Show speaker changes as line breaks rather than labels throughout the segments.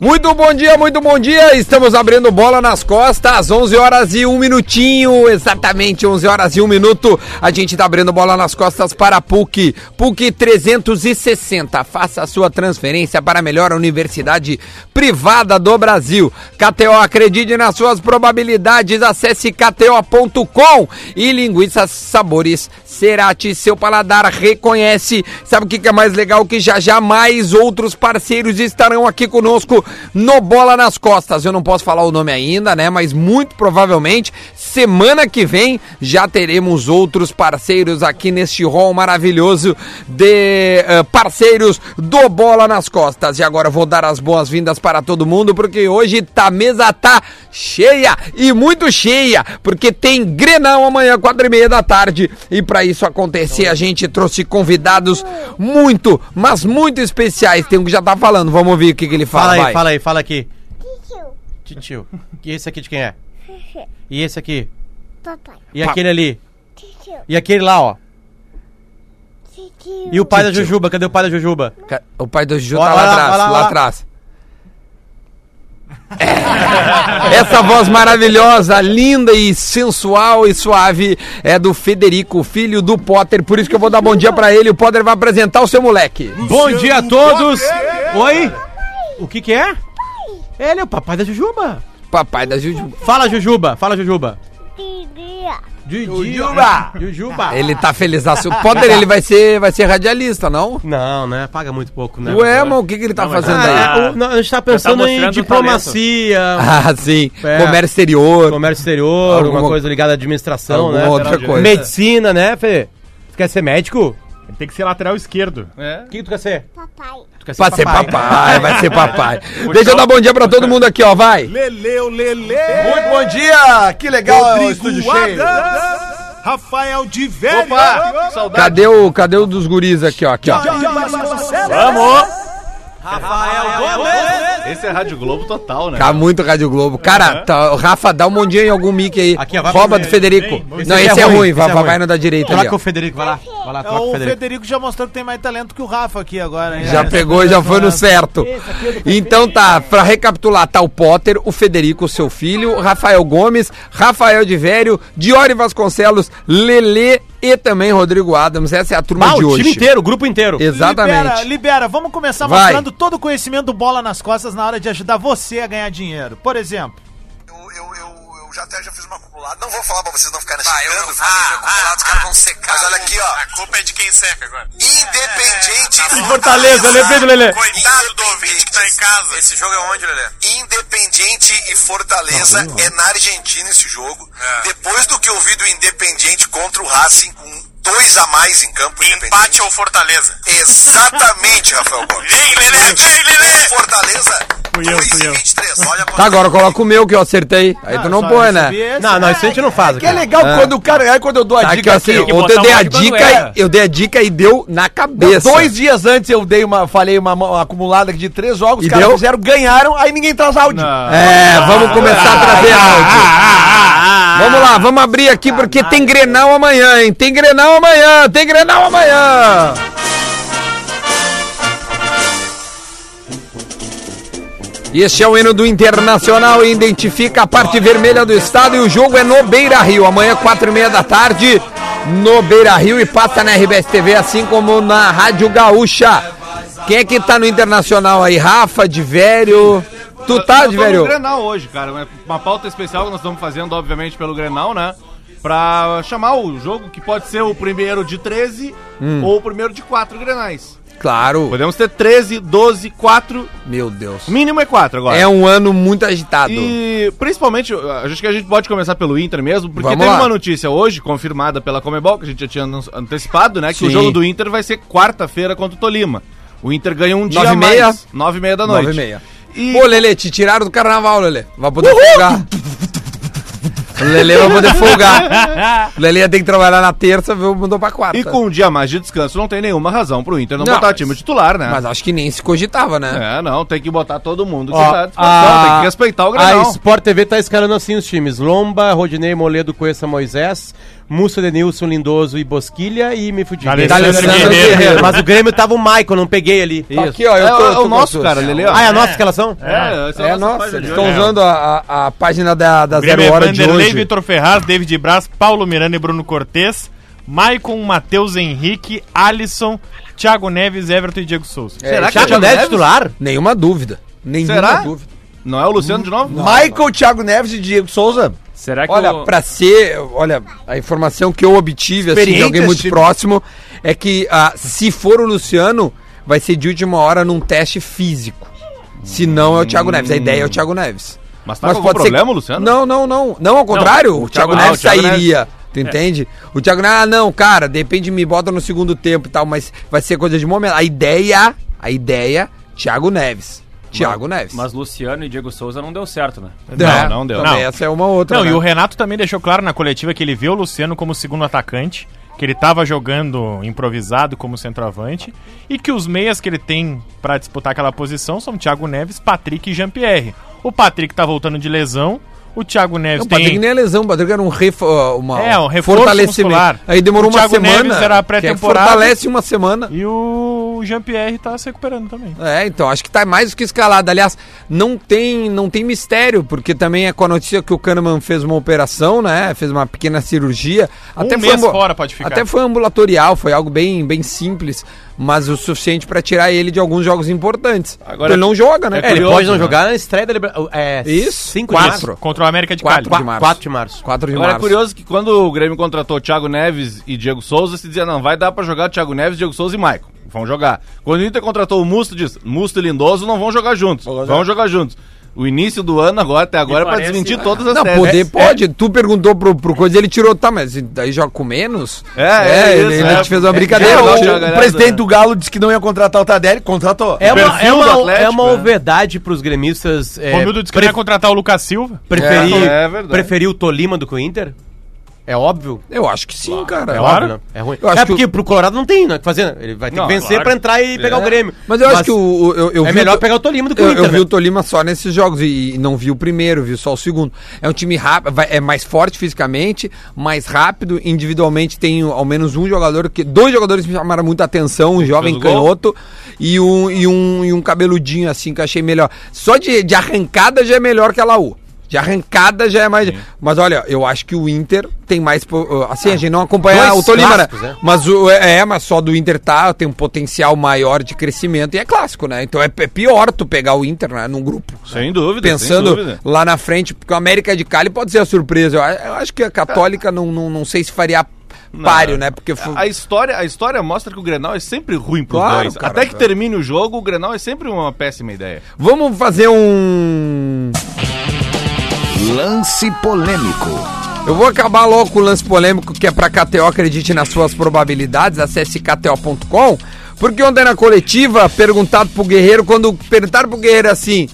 Muito bom dia, muito bom dia. Estamos abrindo bola nas costas, 11 horas e 1 minutinho, exatamente 11 horas e 1 minuto. A gente está abrindo bola nas costas para a PUC. PUC 360. Faça a sua transferência para a melhor universidade privada do Brasil. KTO, acredite nas suas probabilidades. Acesse kto.com e linguiças sabores Cerati, seu paladar reconhece. Sabe o que que é mais legal? Que já já mais outros parceiros estarão aqui conosco no Bola nas Costas. Eu não posso falar o nome ainda, né? Mas muito provavelmente semana que vem já teremos outros parceiros aqui neste rol maravilhoso de eh, parceiros do Bola nas Costas. E agora eu vou dar as boas-vindas para todo mundo, porque hoje tá a mesa tá cheia e muito cheia, porque tem Grenal amanhã, quatro e meia da tarde. E para isso acontecer, a gente trouxe convidados muito, mas muito especiais. Tem um que já tá falando, vamos ouvir o que, que ele fala.
Fala aí,
vai.
fala aí, fala aqui.
Tio,
Titio. E esse aqui de quem é? E esse aqui?
papai.
E aquele ali?
Tio,
E aquele lá, ó?
tio.
E o pai da
Titio.
Jujuba? Cadê o pai da Jujuba?
Ca- O pai do Juju
Olha
tá lá
lá,
atrás,
olha
lá,
lá, olha lá.
atrás. É. Essa voz maravilhosa, linda e sensual e suave é do Federico, filho do Potter. Por isso que eu vou dar bom dia pra ele. O Potter vai apresentar o seu moleque.
Bom dia a todos! Oi? O que que é? Ele é o papai da Jujuba.
Papai da Juju.
Fala, Jujuba. Fala, Jujuba.
Tio,
Jujuba! Jujuba.
Ele tá feliz. O Potter ele vai ser, vai ser radialista, não?
Não, né? Paga muito pouco, né?
Ué, mas o que, que ele tá
Não, mas-
fazendo aí?
Ah, é, o- não, a gente tá pensando em
mostrando o
diplomacia,
Ah, sim.
É.
Comércio exterior.
comércio exterior,
Alguma-
alguma, coisa ligada à administração,
alguma
né?
outra
Geralmente.
coisa.
Medicina, né, Fê? Tu quer ser médico?
Ele tem que ser lateral esquerdo.
É.
O que tu quer ser?
papai.
Tu quer
Vai ser papai, vai ser papai. Deixa eu dar bom dia pra todo mundo aqui, ó, vai.
Leleu, Lele.
Muito bom dia! Que legal é o estúdio
Rodrigo
cheio!
Adams. Rafael de Velho.
Opa! Saudade!
Cadê o, cadê o dos guris aqui, ó? Aqui, ó.
Vamos!
Esse é Rádio Globo total, né?
É,
Tá muito Rádio Globo. Cara, tá- o Rafa, dá um bom dia em algum mic aí.
Aqui, ó, vai
Rouba
pro-
do Federico.
Esse
não,
aqui
esse é ruim, vai,
esse
vai,
é ruim.
vai no da direita ali,
Troca
ó.
o Federico, vai lá. Vai lá,
É,
troca
o
o Federico.
Federico já mostrou que tem mais talento que o Rafa aqui agora, hein?
Já
É,
pegou, já foi no certo.
é
Então tá, pra recapitular, tá o Potter, o Federico, o seu filho, Rafael Gomes, Rafael de Vério, Diori Vasconcelos, Lelê e também Rodrigo Adams. Essa é a turma
Ah,
de
o
hoje.
time inteiro, o grupo inteiro.
Libera,
Exatamente.
libera. Vamos começar
Vai.
tá mostrando todo o conhecimento do bola nas costas na hora de ajudar você a ganhar dinheiro. Por exemplo,
Eu, eu, eu, eu já até já fiz uma acumulada. Não vou falar pra vocês não ficarem xingando. Ah, eu não falei de acumulado, os caras vão secar. Mas olha aqui, ó. A culpa é de quem seca agora. É, tá Independente...
bom. Fortaleza, Lelê, Lelê.
Coitado do ouvinte que tá em casa. Esse jogo é onde, Lelê? Independente e Fortaleza é na Argentina esse jogo. Depois do que eu vi do Independente contra o Racing com dois a mais em campo. Empate ou Fortaleza? Exatamente, Rafael Gomes. Vem, Lelê, vem, Lelê! Fortaleza,
Fui eu, fui eu.
23. Olha
Tá, agora coloca o meu que eu acertei. Aí
Ah,
tu não
só
põe, né?
recebi esse.
Não, não, isso a gente não faz.
Que é legal quando o cara. Aí quando eu dou a
Tá aqui,
dica
ó, assim,
aqui. ó.
botar
ontem eu dei
o
a
áudio quando
dica,
era.
e- eu dei a dica e deu na cabeça.
Dois dias antes eu dei uma, falei uma, uma acumulada aqui de três jogos,
E
os caras
deu?
fizeram, ganharam, aí ninguém traz áudio.
É, vamos começar a trazer
Ah,
áudio. Vamos lá, vamos abrir aqui porque tem Grenal amanhã, hein? Tem Grenal amanhã, tem Grenal amanhã. E Este é o hino do Internacional e identifica a parte vermelha do estado e o jogo é no Beira Rio. Amanhã, quatro e meia da tarde, no Beira Rio e passa na RBS TV, assim como na Rádio Gaúcha. Quem é que tá no Internacional aí? Rafa, de velho. Tu tá,
Nós
de
estamos no
velho?
Grenal hoje, cara. Uma- Uma pauta especial que nós estamos fazendo, obviamente, pelo Grenal, né? Pra chamar o jogo que pode ser o primeiro de 13
Hum.
ou o primeiro de 4 Grenais.
Claro.
Podemos ter 13, 12, 4,
Meu Deus.
mínimo é 4 agora.
É um ano muito agitado.
E principalmente, eu acho que a gente pode começar pelo Inter mesmo, porque
Vamos
teve
lá.
uma notícia hoje, confirmada pela Comebol, que a gente já tinha anun- antecipado, né? Que
Sim.
o jogo do Inter vai ser quarta-feira contra o Tolima. O Inter ganha um dia
Nove e
a mais.
meia?
Nove e meia da noite.
Nove e meia.
E
Pô, Lelê, te tiraram do carnaval, Lelê. Vai poder folgar. O Lelê vai poder folgar. O Lelê ia ter que trabalhar na terça, viu? Mudou pra quarta.
E com um dia a mais de descanso, não tem nenhuma razão pro Inter não,
Não,
botar
mas-
time titular, né?
Mas acho que nem se cogitava, né?
É, não, tem que botar todo mundo que
Ó,
tá à disposição,
a-
tem
Ah,
que respeitar
A
o
Ah,
Grenal.
Sport TV tá escalando assim os times. Lomba, Rodinei, Moledo, Coessa, Moisés,
Musso, Denilson, Lindoso e Bosquilha e me
Tá
fudi.
Alessandro Guerreiro.
Mas o Grêmio tava o Michael, não peguei ali.
Tá aqui, ó. Eu
É,
tô-
é
tô
o
com
nosso,
as
cara, Lele. ó.
Ah, é a nossa escalação?
É, essa
É,
a
nossa,
página
eles
de
estão
hoje.
usando a, a, a página da, da
Grêmio é
Zero Hora de
Vanderlei,
hoje.
Vitor Ferraz, David Braz, Paulo Miranda e Bruno Cortez, Maicon, Matheus Henrique, Alisson, Thiago Neves, Everton e Diego Souza.
É,
Será que
Thiago
Thiago
Neves?
Neves
Neves?
titular?
Nenhuma dúvida. Nenhuma
Será?
dúvida.
Não é o Luciano de novo?
Michael, Thiago Neves e Diego Souza.
Será que
Olha,
o-
pra ser, olha, a informação que eu obtive assim, de
Experiente
alguém
esse
muito
time.
próximo é que ah, se for o Luciano, vai ser de última hora num teste físico. Se não, é o Thiago Neves. A ideia é o Thiago Neves.
Mas tá com algum problema, Luciano?
Não, não, não. Não, ao contrário, o Thiago
Thiago-
Neves
ah, o Thiago
sairia. Tu entende? O Thiago Neves, ah, não, cara, depende, me bota no segundo tempo e tal, mas vai ser coisa de momento. A ideia, a ideia, Thiago Neves. Thiago Neves.
Mas Luciano e Diego Souza não deu certo, né?
É,
não deu.
Também
Não.
Essa é uma outra.
Não,
né?
e o Renato também deixou claro na coletiva que ele vê o Luciano como segundo atacante, que ele tava jogando improvisado como centroavante e que os meias que ele tem pra disputar aquela posição são Thiago Neves, Patrick e Jean-Pierre. O Patrick tá voltando de lesão, o Thiago Neves
Não, o
tem
Patrick nem é lesão, o Patrick era um, ref, ó, uma,
É, um reforço muscular.
Aí demorou
O
uma
Thiago
semana.
Neves era a
que é que
pré-temporada.
Fortalece uma semana.
e o Jean-Pierre tá se recuperando também.
É, então, acho que tá mais do que escalado. Aliás, não tem, não tem mistério, porque também é com a notícia que o Kahneman fez uma operação, né? Fez uma pequena cirurgia.
Um mês
ambu-
fora pode ficar.
Até foi ambulatorial, foi algo bem, bem simples, mas o suficiente pra tirar ele de alguns jogos importantes.
Agora,
ele não joga, né?
é
É, ele
curioso,
pode não
né?
jogar na estreia da Libertadores. É,
Isso,
5
quatro.
Contra o América de
Quatro
Cali.
de março.
4 de março.
4 de
Agora é
março.
curioso que quando o Grêmio contratou Thiago Neves e Diego Souza, se dizia, não, vai dar pra jogar Thiago Neves, Diego Souza e Maicon. Vão jogar. Quando o Inter contratou o Musto, diz, Musto e Lindoso não vão jogar juntos. Vão jogar juntos. O início do ano agora, até agora, é pra
parece-
desmentir todas as
Não,
teses.
poder
É-
pode. Tu perguntou pro, pro coisa, ele tirou, tá, mas daí joga com menos?
É, é
ele,
isso,
ele
é.
te fez uma
É,
brincadeira.
o- né?
não,
Thiago
o-
Neves.
O presidente do Galo disse que não ia contratar o Tardelli, contratou.
É uma,
perfil
é
do
uma,
Atlético,
é uma
né?
overdade pros gremistas é,
Romildo disse que
pre-
não ia contratar o Lucas Silva.
preferir,
É, é verdade.
preferir o Tolima do que o Inter. É óbvio.
Eu acho que sim, cara.
É
Claro.
óbvio, né? É ruim.
Eu acho
É
que o-
porque pro Colorado não tem né, o que fazer. né? Ele vai ter
Não,
que vencer
claro. É.
pra entrar e pegar o Grêmio.
Mas eu acho que o. o- eu, eu
É
vi
melhor
To-
pegar o Tolima do que o
eu,
Inter,
eu vi
né?
o Tolima só nesses jogos e, e não vi o primeiro, vi só o segundo. É um time rápido, vai- é mais forte fisicamente, mais rápido. Individualmente tem ao menos um jogador que. Dois jogadores me chamaram muita atenção, um jovem
o gol?
canhoto e um, e, um, e um cabeludinho assim que eu achei melhor. Só de, de arrancada já é melhor que a Laú. De arrancada já é mais. Mas olha, eu acho que o Inter tem mais. po- Assim, a gente não acompanha
Dois
o Tolima, né?
clássicos, né?
Mas o, é, é, mas só do Inter tá, tem um potencial maior de crescimento e é clássico, né? Então é, é pior tu pegar o Inter né, num grupo.
Sem dúvida, sem
Pensando
dúvida.
lá na frente, porque o América de Cali pode ser a surpresa. Eu, a- eu acho que a Católica não, não, não sei se faria páreo, né? Porque foi-
A história, a história mostra que o Grenal é sempre ruim pros
Claro,
dois.
cara,
Até que
cara.
termine o jogo, o Grenal é sempre uma péssima ideia.
Vamos fazer um.
Lance polêmico.
Eu vou acabar logo com o lance polêmico que é pra KTO, acredite nas suas probabilidades, acesse kto.com, porque ontem na coletiva, perguntado pro Guerreiro, quando perguntaram pro Guerreiro assim,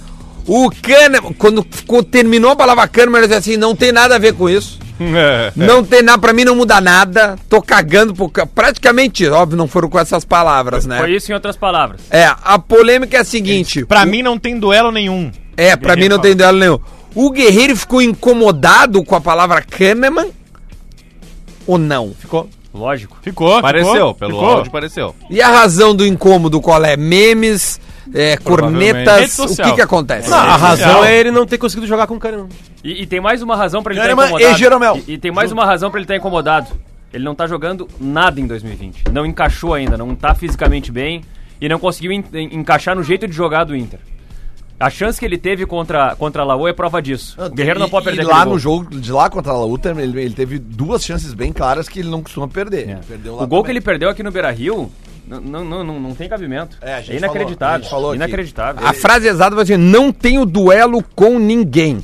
o Kahneman, quando ficou- terminou a palavra Kahneman, ele disse assim, não tem nada a ver com isso,
É.
É.
não tem nada, pra mim não muda nada, tô cagando, pro, Ca- praticamente, óbvio, não foram com essas palavras,
Foi
né?
isso em outras palavras.
É, a polêmica é a seguinte...
Pra
o-
mim não tem duelo nenhum.
é, pra mim
Guerreiro
não tem duelo nenhum. O Guerreiro ficou incomodado com a palavra Kahneman ou não?
Lógico.
Ficou,
Pareceu,
ficou,
pelo
ficou.
áudio pareceu.
E a razão do incômodo qual é? Memes, é, cornetas,
Rede
o
social.
que que acontece?
Não, a razão
Legal.
é ele não ter conseguido jogar com o Cano.
E, e tem mais uma razão pra ele estar
Kahneman
incomodado.
e Jeromel.
E, e tem mais uma razão pra ele estar incomodado. Ele não tá jogando nada em 2020. Não encaixou ainda, não tá fisicamente bem e não conseguiu en- en- encaixar no jeito de jogar do Inter. A chance que ele teve contra, contra a Laú é prova disso. O Guerreiro não pode perder
e
aquele
lá
gol.
no jogo, de lá contra a Lauter, ele, ele teve duas chances bem claras que ele não costuma perder. Ele perdeu lá
É. O gol que ele
também.
perdeu aqui no Beira-Rio não, não, não, não- não tem cabimento.
É, a gente falou, a
inacreditável.
gente falou aqui.
inacreditável.
A frase exata vai ser, não tenho duelo com ninguém.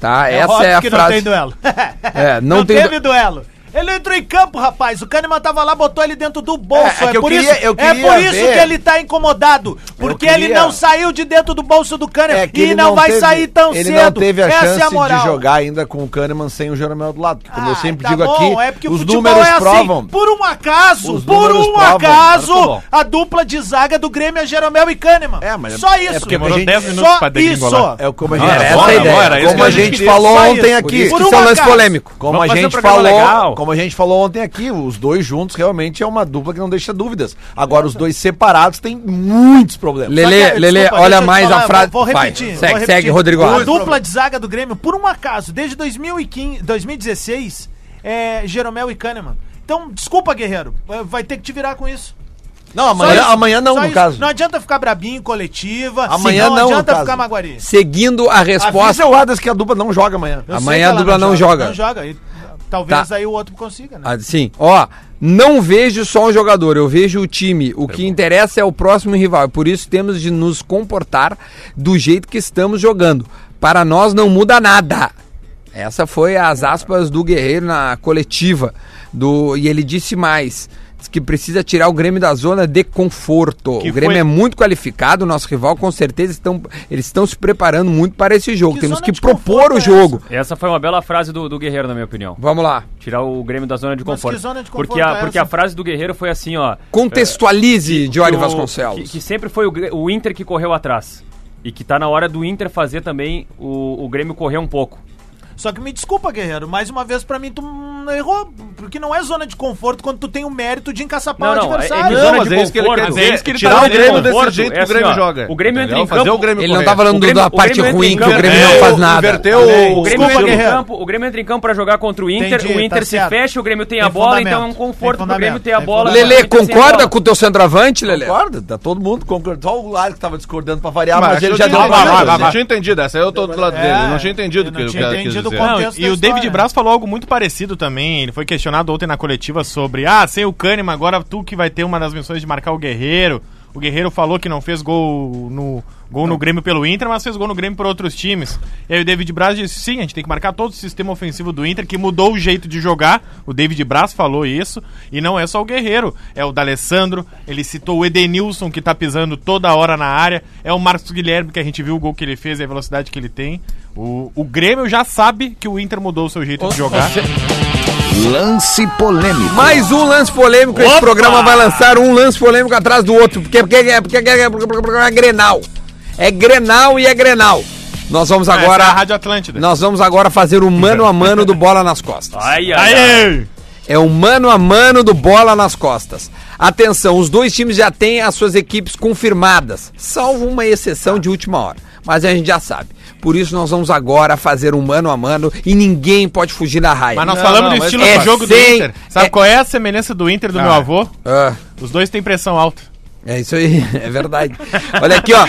Tá, essa é a
que
frase.
não tem duelo.
É, não,
Não,
tem
teve
du-
duelo. Ele entrou em campo, rapaz. O Kahneman tava lá, botou ele dentro do bolso.
É,
É,
é que eu
por,
queria-
isso,
eu
é
queria
por isso
ver.
que ele tá incomodado. Porque ele
queria-
não saiu de dentro do bolso do Kahneman.
É que
e
ele
não, vai
teve-
sair tão
ele
cedo.
não teve a
Essa
chance
é a moral.
de jogar ainda com o Kahneman sem o Jeromel do lado. porque Como
Ah,
eu sempre
tá
digo
bom,
aqui,
é porque o
os
futebol
números
é assim,
provam.
Por um acaso,
Os
por
números
um
provam, agora tá
acaso,
bom.
a dupla de zaga do Grêmio é Jeromel e Kahneman.
É, mas é-
Só
é
isso.
porque Demorou a gente-
10 minutos
Só
pra
isso.
degringolar.
É o como a
Era
gente,
essa a
bora,
ideia.
bora, é isso
como
que
a
a
gente
gente
falou
queria. Só
ontem
isso,
aqui.
Por isso é
Por
que
um
são lances
acaso.
polêmicos.
Como
Vamos
a
fazer um
gente
programa
falou,
legal.
Como a gente falou ontem aqui, os dois juntos realmente é uma dupla que não deixa dúvidas. Agora, os dois separados têm muitos problemas.
Só que, é,
Lele,
desculpa,
Lele,
deixa eu
olha
te
mais
falar,
a frase.
Vou, vou
Vai,
repetir. vou
segue,
repetir.
segue, Rodrigo
A
Alves.
dupla de zaga do Grêmio, por um acaso, desde 2015, 2016, é Jeromel e Kahneman. Então, desculpa, guerreiro. é, Vai ter que te virar com isso.
Não,
Só
amanhã,
isso,
amanhã não,
só
no
isso.
caso.
Não adianta ficar brabinho, coletiva.
Amanhã não,
não
no
adianta
caso.
ficar maguari.
Seguindo a resposta.
Avisa o Adas que a dupla não joga amanhã.
Eu sei
Amanhã
que
a
ela
dupla não joga.
Não joga. E, talvez
Tá.
aí o outro consiga, né?
Ah, Sim, ó, não vejo só um jogador, eu vejo o time. O que interessa é o próximo rival. Por isso temos de nos comportar do jeito que estamos jogando. Para nós não muda nada. Essa foi
É.
as aspas do Guerreiro na coletiva. Do, e ele disse mais. diz Que precisa tirar o Grêmio da zona de conforto.
Que
o Grêmio
foi-
é muito qualificado, o nosso rival com certeza estão, eles estão se preparando muito para esse jogo.
Que
Temos
zona
que
de
propor
conforto
o
é
jogo.
Essa foi uma bela frase do, do Guerreiro, na minha opinião.
Vamos lá.
Tirar o Grêmio da zona de
Mas
conforto.
que zona de
porque
conforto
a,
é
porque a
essa?
frase do Guerreiro foi assim, ó.
Contextualize, Diori
o-
Vasconcelos.
É. Que, que sempre foi o, Grê- o Inter que correu atrás. E que tá na hora do Inter fazer também o, o Grêmio correr um pouco.
Só que me desculpa, guerreiro. Mais uma vez, pra mim, tu hum, errou. Porque não é zona de conforto quando tu tem o mérito de encaçapar
Não,
o
não, é- é que
adversário.
zona
mas
de
é isso que ele
conforto,
quer
mas é
dizer.
isso que ele
tirar o
tá fazendo.
Grêmio
Conforto,
desse jeito
é
que o
assim,
Grêmio
ó,
joga.
o Grêmio entra
Entendeu?
em
Fazer
campo,
o Grêmio
Ele não
correr.
tá falando
O Grêmio-
da
o
parte
Grêmio entra
ruim, que
em
o
campo- né?
Grêmio
É,
não faz
o-
nada.
Inverteu o,
O Grêmio,
Desculpa,
entra em
Guerreiro.
campo, o Grêmio entra em campo pra jogar contra o Inter,
Entendi,
o Inter
tá
se
certo.
fecha, o Grêmio tem a
Tem
bola,
fundamento,
então é um conforto
tem
pro Grêmio
fundamento,
ter a
tem
bola. assim, Então,
fundamento.
Lele,
o Inter sem
concorda
bola.
com o teu centroavante, Lele?
Concorda, tá todo mundo concordando. Só o Alex tava discordando pra variar, mas,
mas,
ele
eu
já
já
deu
não,
uma
vai, vai,
parada,
vai,
né?
tinha entendido, essa eu tô do lado dele. Eu não tinha entendido
eu
o que
não
ele
tinha
quer- quis
entendido
dizer.
o contexto.
Não,
contexto
e
da
o David
história.
Braz falou algo muito parecido também. Ele foi questionado ontem na coletiva sobre: ah, sem o Kahneman, agora tu que vai ter uma das missões de marcar o Guerreiro. O Guerreiro falou que não fez gol no gol no Grêmio pelo Inter, mas fez gol no Grêmio por outros times. E aí o David Braz disse: sim, a gente tem que marcar todo o sistema ofensivo do Inter, que mudou o jeito de jogar. O David Braz falou isso. E não é só o Guerreiro, é o D'Alessandro. Ele citou o Edenilson, que tá pisando toda hora na área. É o Marcos Guilherme, que a gente viu o gol que ele fez e a velocidade que ele tem. O, o Grêmio já sabe que o Inter mudou o seu jeito de jogar.
Lance polêmico.
Mais um lance polêmico. Esse programa vai lançar um lance polêmico atrás do outro. Porque, porque, porque, porque, porque, porque é Grenal. É Grenal e é Grenal. Nós vamos
Essa é a
agora.
Rádio Atlântida.
Nós vamos agora fazer o mano a mano do bola nas costas.
Ai, ai, ai.
Aê!
É o mano a mano do bola nas costas. Atenção, os dois times já têm as suas equipes confirmadas, salvo uma exceção de última hora. Mas a gente já sabe. Por isso nós vamos agora fazer um mano a mano e ninguém pode fugir da raia.
Mas nós
Não,
falamos
não,
do
mas
estilo
é
do jogo do
sem-
Inter. Sabe
é-
qual é a semelhança do Inter do meu avô?
Ah,
Os dois têm pressão alta.
é isso aí, é verdade. Olha aqui, ó.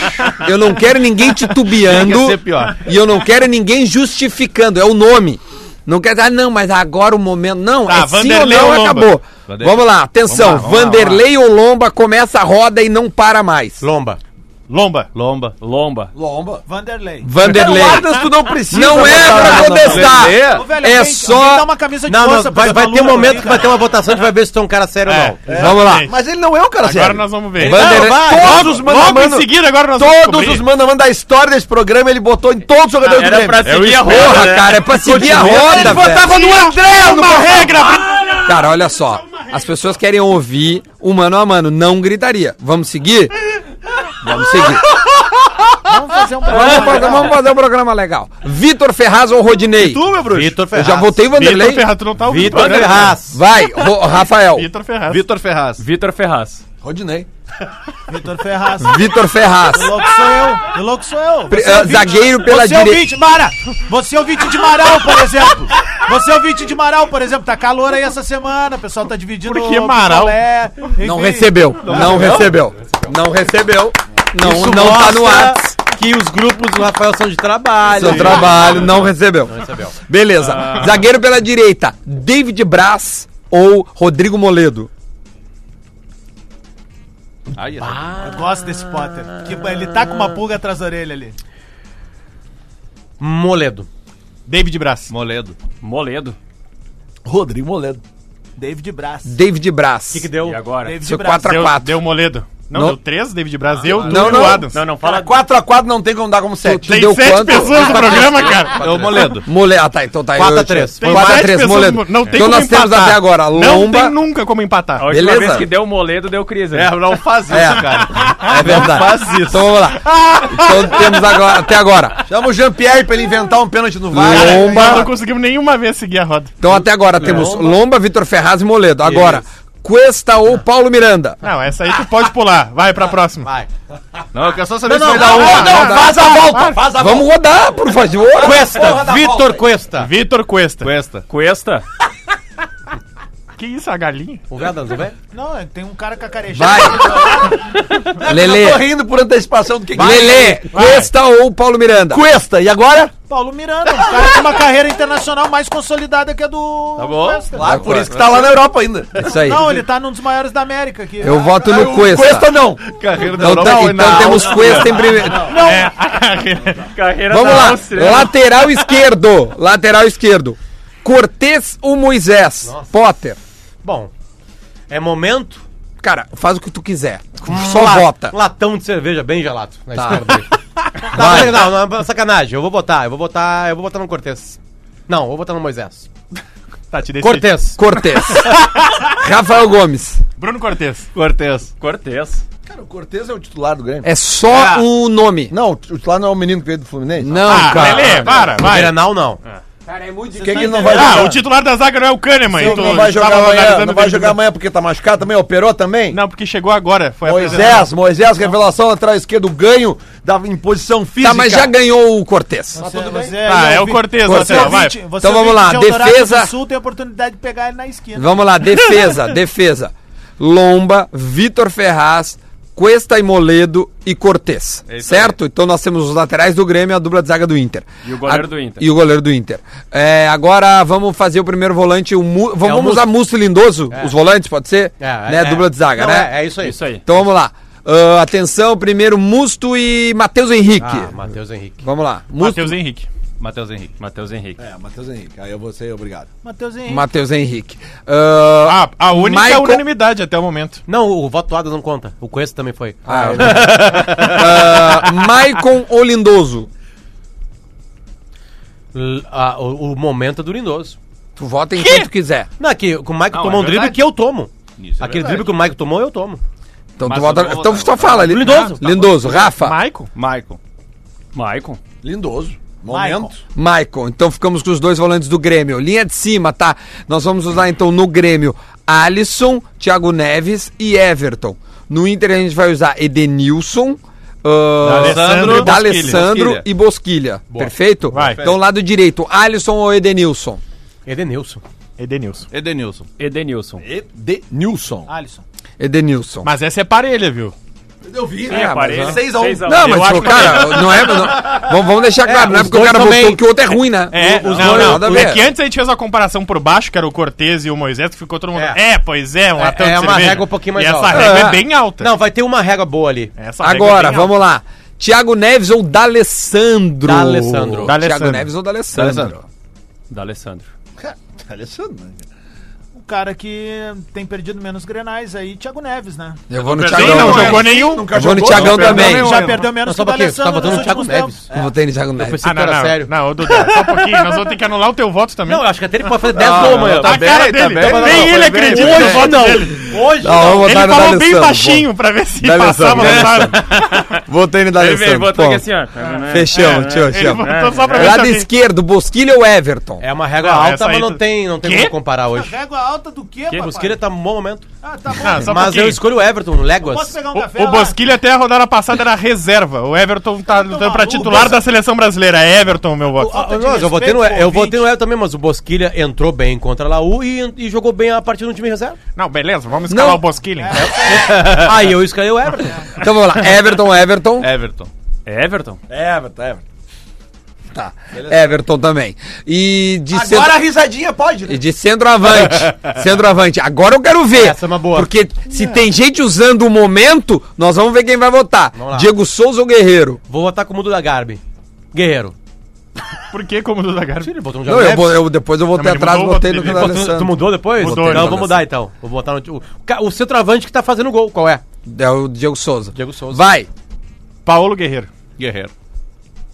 Eu não quero ninguém titubeando.
Tem que ser pior.
E eu não quero ninguém justificando, é o nome. Não quer dizer, ah, não, mas agora o momento. Não,
Tá,
é sim ou
Vanderlei
não,
ou Lomba?
acabou.
Vanderlei.
Vamos lá, atenção.
Vamos lá, vamos lá,
Vanderlei ou Lomba começa a roda e não para mais.
Lomba.
Lomba.
Lomba.
Lomba.
Lomba.
Vanderlei.
Vanderlei.
É
tu não precisa.
Não é pra contestar.
Lelê.
Ô, velho,
É
alguém-
só-
alguém dá uma camisa de
Não,
força
não,
pra
vai, vai
Valu
ter um
na
momento
liga.
que vai ter uma votação, a gente vai ver se tu é um cara sério
tá- É.
ou não.
Vamos lá.
Mas ele não é um cara
Agora
sério.
nós vamos ver.
Vai,
Não,
Vanderlei-
vai. Todos os mano a
Logo em
mano.
seguida, agora nós vamos
Todos os
descobrir.
mano a mano da história desse programa, ele botou em todos os jogadores do
Era
Grêmio.
pra seguir a
Porra,
roda, né?
cara, é pra seguir a roda,
Ele
velho.
botava no André, uma regra.
Cara, olha só. As pessoas querem ouvir o mano a mano, não gritaria. Vamos seguir? Vamos seguir.
Vamos fazer um
Vamos fazer, vamos fazer um programa legal. Vitor Ferraz ou
é
Rodinei?
Tu, meu bruxo?
Vitor
Eu
Ferraz.
já voltei Vanderlei.
Vitor Ferraz, tu não tá ouvindo.
Vitor
né?
Ferraz.
Vai, Ro- Rafael.
Vitor Ferraz.
Vitor Ferraz.
Vitor Ferraz.
Rodinei.
Vitor Ferraz.
Vitor Ferraz.
O louco sou eu. O louco sou eu.
Pre-
Você
ah,
é ouvinte-
zagueiro pela
Você é
direita.
ouvinte, Mara. Você é ouvinte de Marau, por exemplo. Você é ouvinte de Marau, por exemplo. Tá calor aí essa semana. O pessoal tá dividindo...
Por que
o
Marau?
picolé,
Não
enfim.
recebeu. Não recebeu. Não recebeu. Não, não tá no ar.
Que os grupos do Rafael são de trabalho.
Seu trabalho, não recebeu. Beleza. Zagueiro pela direita, David Braz ou Rodrigo Moledo?
é
ah.
Eu gosto desse Potter. Que, ele tá com uma pulga atrás da orelha ali.
Moledo.
David Braz.
Moledo.
Moledo.
Rodrigo Moledo.
David Braz.
David Braz.
O que, que deu?
E agora?
David
Seu
Braz.
4 a
Deu,
4
deu Moledo. Não,
Não.
deu 3, David Brasil,
Ah,
tu
não,
e
não.
o Adams.
Não, não, fala- 4x4 não tem como dar como 7.
Tem sete pessoas no programa, cara.
É o Moledo.
Mole... Ah, tá, então tá aí.
4 a
3
3.
Tem
4 a
sete
3
pessoas
Moledo.
no- Não tem
então
como
nós temos
empatar.
até agora
Não
Lomba.
tem nunca como empatar.
A última
Beleza.
vez que deu moledo, deu crise. né?
É, não faz isso,
É.
cara.
É verdade.
Faz Ah, isso.
Então vamos lá. Então temos agora, até agora.
Chama o Jean-Pierre pra ele inventar um pênalti no VAR.
Nós não
Lomba.
conseguimos nenhuma vez seguir a roda.
Então até agora temos Lomba, Vitor Ferraz e Moledo. Agora, Cuesta ou Paulo Miranda?
Não, essa aí tu pode pular. Vai pra próxima. Vai.
Não, eu quero só saber
Não,
se vai
não,
dar
não,
uma.
não, faz a volta, faz a
Vamos
volta.
rodar, por favor.
Cuesta, Vitor Cuesta.
Vitor Cuesta.
Cuesta. tá
Cuesta?
Que isso, a galinha?
O Adams, não vem?
Não, é, tem um cara cacarejado.
Vai. Lele.
Eu tô rindo por antecipação do que que
Lele, Cuesta ou Paulo Miranda?
Cuesta, e agora?
Paulo Miranda, um cara com uma carreira internacional mais consolidada que a do.
Tá bom.
Cuesta.
Claro, por isso que tá lá na Europa ainda.
Isso aí.
Não, ele tá num dos maiores da América aqui.
Eu voto no Cuesta.
Cuesta não.
Carreira da
Então,
Europa
tá,
foi
então
na
temos Cuesta em primeiro.
Carreira
Vamos
da
lá.
Áustria.
Lateral esquerdo. Lateral esquerdo. Cortez ou Moisés? Potter.
Bom, é momento.
Cara, faz o que tu quiser. Só
Um la-
vota.
um Latão de cerveja bem gelado na
Tá.
esquerda dele.
Vai.
Não, não, não, sacanagem. Eu vou botar, eu vou botar, eu vou botar no Cortez. Não, eu vou botar no Moisés.
Tá, te decide.
Cortez.
Cortez. Rafael Gomes.
Bruno Cortez.
Cortez.
Cortez.
Cara, o Cortez é o titular do Grêmio.
É só um nome.
Ah. Não, Ah, o titular não é o menino que veio do Fluminense?
Não, cara.
Lelê, para, vai.
Grenal, não.
Quem que ele não vai
Ah,
jogar?
o titular da zaga não é o Kahneman.
Quem que
então
não vai jogar
tava
amanhã?
analisando
Não vai
o David
jogar
Braz.
amanhã porque tá machucado também? Operou também?
Não, porque chegou agora. Foi apresentado.
Moisés, Moisés, revelação lateral esquerdo, ganho da imposição física.
Tá, mas já ganhou o Cortez.
Você, você
Ah, é o
ouvi-
Cortez,
você
lateral, vai.
ouvinte- você é
Então vamos
ouvinte
lá,
de Eldorado
defesa-
do Sul tem a oportunidade de pegar ele na esquina.
Vamos lá, defesa, defesa. Lomba, Vitor Ferraz, Cuesta e Moledo e Cortez.
É isso
certo? Então nós temos os laterais do Grêmio e a dupla de zaga do Inter.
E o goleiro do Inter.
E o goleiro do Inter. É, agora vamos fazer o primeiro volante. o Mu- vamos
É Musto.
usar Musto e Lindoso, os volantes, pode ser? né? Dupla de zaga,
Não,
né?
É, é isso aí.
Isso aí.
Então vamos lá. Ahn, atenção, primeiro Musto e Matheus Henrique.
Ah, Matheus Henrique.
Vamos lá. Musto,
Matheus Henrique.
Matheus Henrique.
Matheus Henrique.
É, Matheus Henrique. Aí eu vou ser obrigado.
Matheus Henrique.
Matheus Henrique. Ahn,
Ah, a única
Michael-
unanimidade até o momento.
Não, o voto do Adams não conta. O Cuesta também foi.
Ah,
é?
eu- Ahn, Maicon ou Lindoso?
L- ah, o, o momento é do Lindoso.
Tu vota em quem tu quiser.
Não, que o Michael
Não,
tomou
é
um drible
verdade.
que eu tomo.
Isso é
Aquele
verdade.
drible que o Michael tomou, eu tomo.
Então
Mas
tu
eu
volta.
não vou
Então
votar,
só
eu vou
fala. Li-
Lindoso.
Lindoso, Rafa,
Maicon?
Maicon.
Maicon.
Lindoso.
Maicon.
Momento.
Maicon. Então ficamos com os dois volantes do Grêmio. Linha de cima, tá? Nós vamos usar então no Grêmio Alisson, Thiago Neves e Everton. No Inter a gente vai usar Edenilson.
D'Alessandro
Alessandro,
e
D'Alessandro
Bosquilha.
e Bosquilha. Perfeito?
Vai.
Então, lado direito, Alisson ou Edenilson?
Edenilson.
Edenilson.
Edenilson.
Edenilson.
De Nilson.
Alisson.
Edenilson.
Mas essa é parelha, viu?
Eu vi.
É, parelho.
Seis a um.
Seis a um.
Não,
Eu
mas
acho
o cara, não é. não- vamos, vamos deixar claro, não é
os
porque o
dois
cara
também.
votou que o outro é ruim, né?
É,
os
não,
dois-
não.
nada a
É
ver.
que antes a gente fez uma comparação por baixo, que era o Cortez e o Moisés, que ficou todo mundo. É,
É.
pois é, um latão
é
de
uma
cerveja.
régua um pouquinho mais
e essa
alta.
regra é.
É.
bem alta.
Não, vai ter uma regra boa ali.
Essa régua é
Agora,
bem
vamos lá. Tiago Neves ou D'Alessandro?
D'Alessandro.
Tiago
D'Alessandro.
Neves ou D'Alessandro?
D'Alessandro.
Da Alessandro.
Alessandro.
O cara que tem perdido menos grenais aí, Thiago Neves, né?
Eu vou no
alta. Bem,
Tiagão.
não jogou nenhum.
Eu vou no Tiagão
Não perdeu
também.
nenhum.
Eu
Já
é,
perdeu menos
Não, só pra quê? Tá
D'Alessandro
botando
nos
o Thiago
últimos tempos.
é
Neves.
um-
votei no Tiago Neves.
pensei- Esse cara
Ah, não,
sério.
Não, ô, Duda, só um pouquinho. Nós vamos ter que anular o teu voto também.
Não, eu acho que até ele pode fazer 10
não,
gols amanhã.
não, tá
a cara
bem, tá
dele.
bem. Não, não,
nem
não,
ele
foi bem,
acredita
foi
no
bem.
voto dele.
Hoje né?
Não, eu vou
Ele
votar no
falou bem
D'Alessandro.
baixinho pra ver se
D'Alessandro,
passava
D'Alessandro.
sabe?
Vou- Votei no
Ele veio,
D'Alessandro.
botou aqui
ponto.
assim, ó.
Fechamos, tio,
né? É, Ele
tchau.
votou só pra ver se
Lado
alguém-
esquerdo, Bosquilha ou Everton?
É uma régua
Não, essa
alta,
aí
mas não
tu-
tem, não tem
Quê?
como comparar hoje.
Régua alta do quê,
O
papai?
Busquilha tá num bom momento.
Ah, tá bom.
Ah, só um
mas
pouquinho.
eu escolho o Everton, no
Posso
Léguas.
pegar um café
O, o
lá? Então,
Bosquilha até a rodada passada era reserva. O Everton tá lutando pra
maluco,
titular
essa-
da seleção brasileira. É Everton, meu voto.
Ah,
Falta de
não, eu votei
respeito
no,
com o
eu
ouvinte.
votei no Everton também, mas o Bosquilha entrou bem contra a Laú e, e jogou bem a partida no time reserva.
Não, beleza, vamos escalar
Não.
o Bosquilha. então.
É,
Aí eu escolhi o Everton.
Então vamos lá. Everton, Everton.
Everton.
É Everton.
Everton, Everton.
Tá. Everton também. E de
Agora
centro-
a risadinha pode, né?
E de centroavante. centroavante. Agora eu quero ver.
Essa é uma boa.
Porque se tem gente usando o momento, nós vamos ver quem vai votar.
lá.
Diego Souza ou Guerreiro?
Vou votar com o Mudo da Garbi. Guerreiro.
Por que como do Zagar?
Ele botou um
Não, eu, vou- eu- depois eu voltei
Não, mas ele
atrás e
mudou o
botei
voto
no
dele.
final
Tu, tu mudou depois?
Mudou,
Não,
ele
eu vou
mudou.
mudar então. Vou botar no. O, ca- o centroavante que tá fazendo gol, qual é?
É o Diego Souza.
Diego Souza.
Vai.
Paulo Guerreiro.
Guerreiro.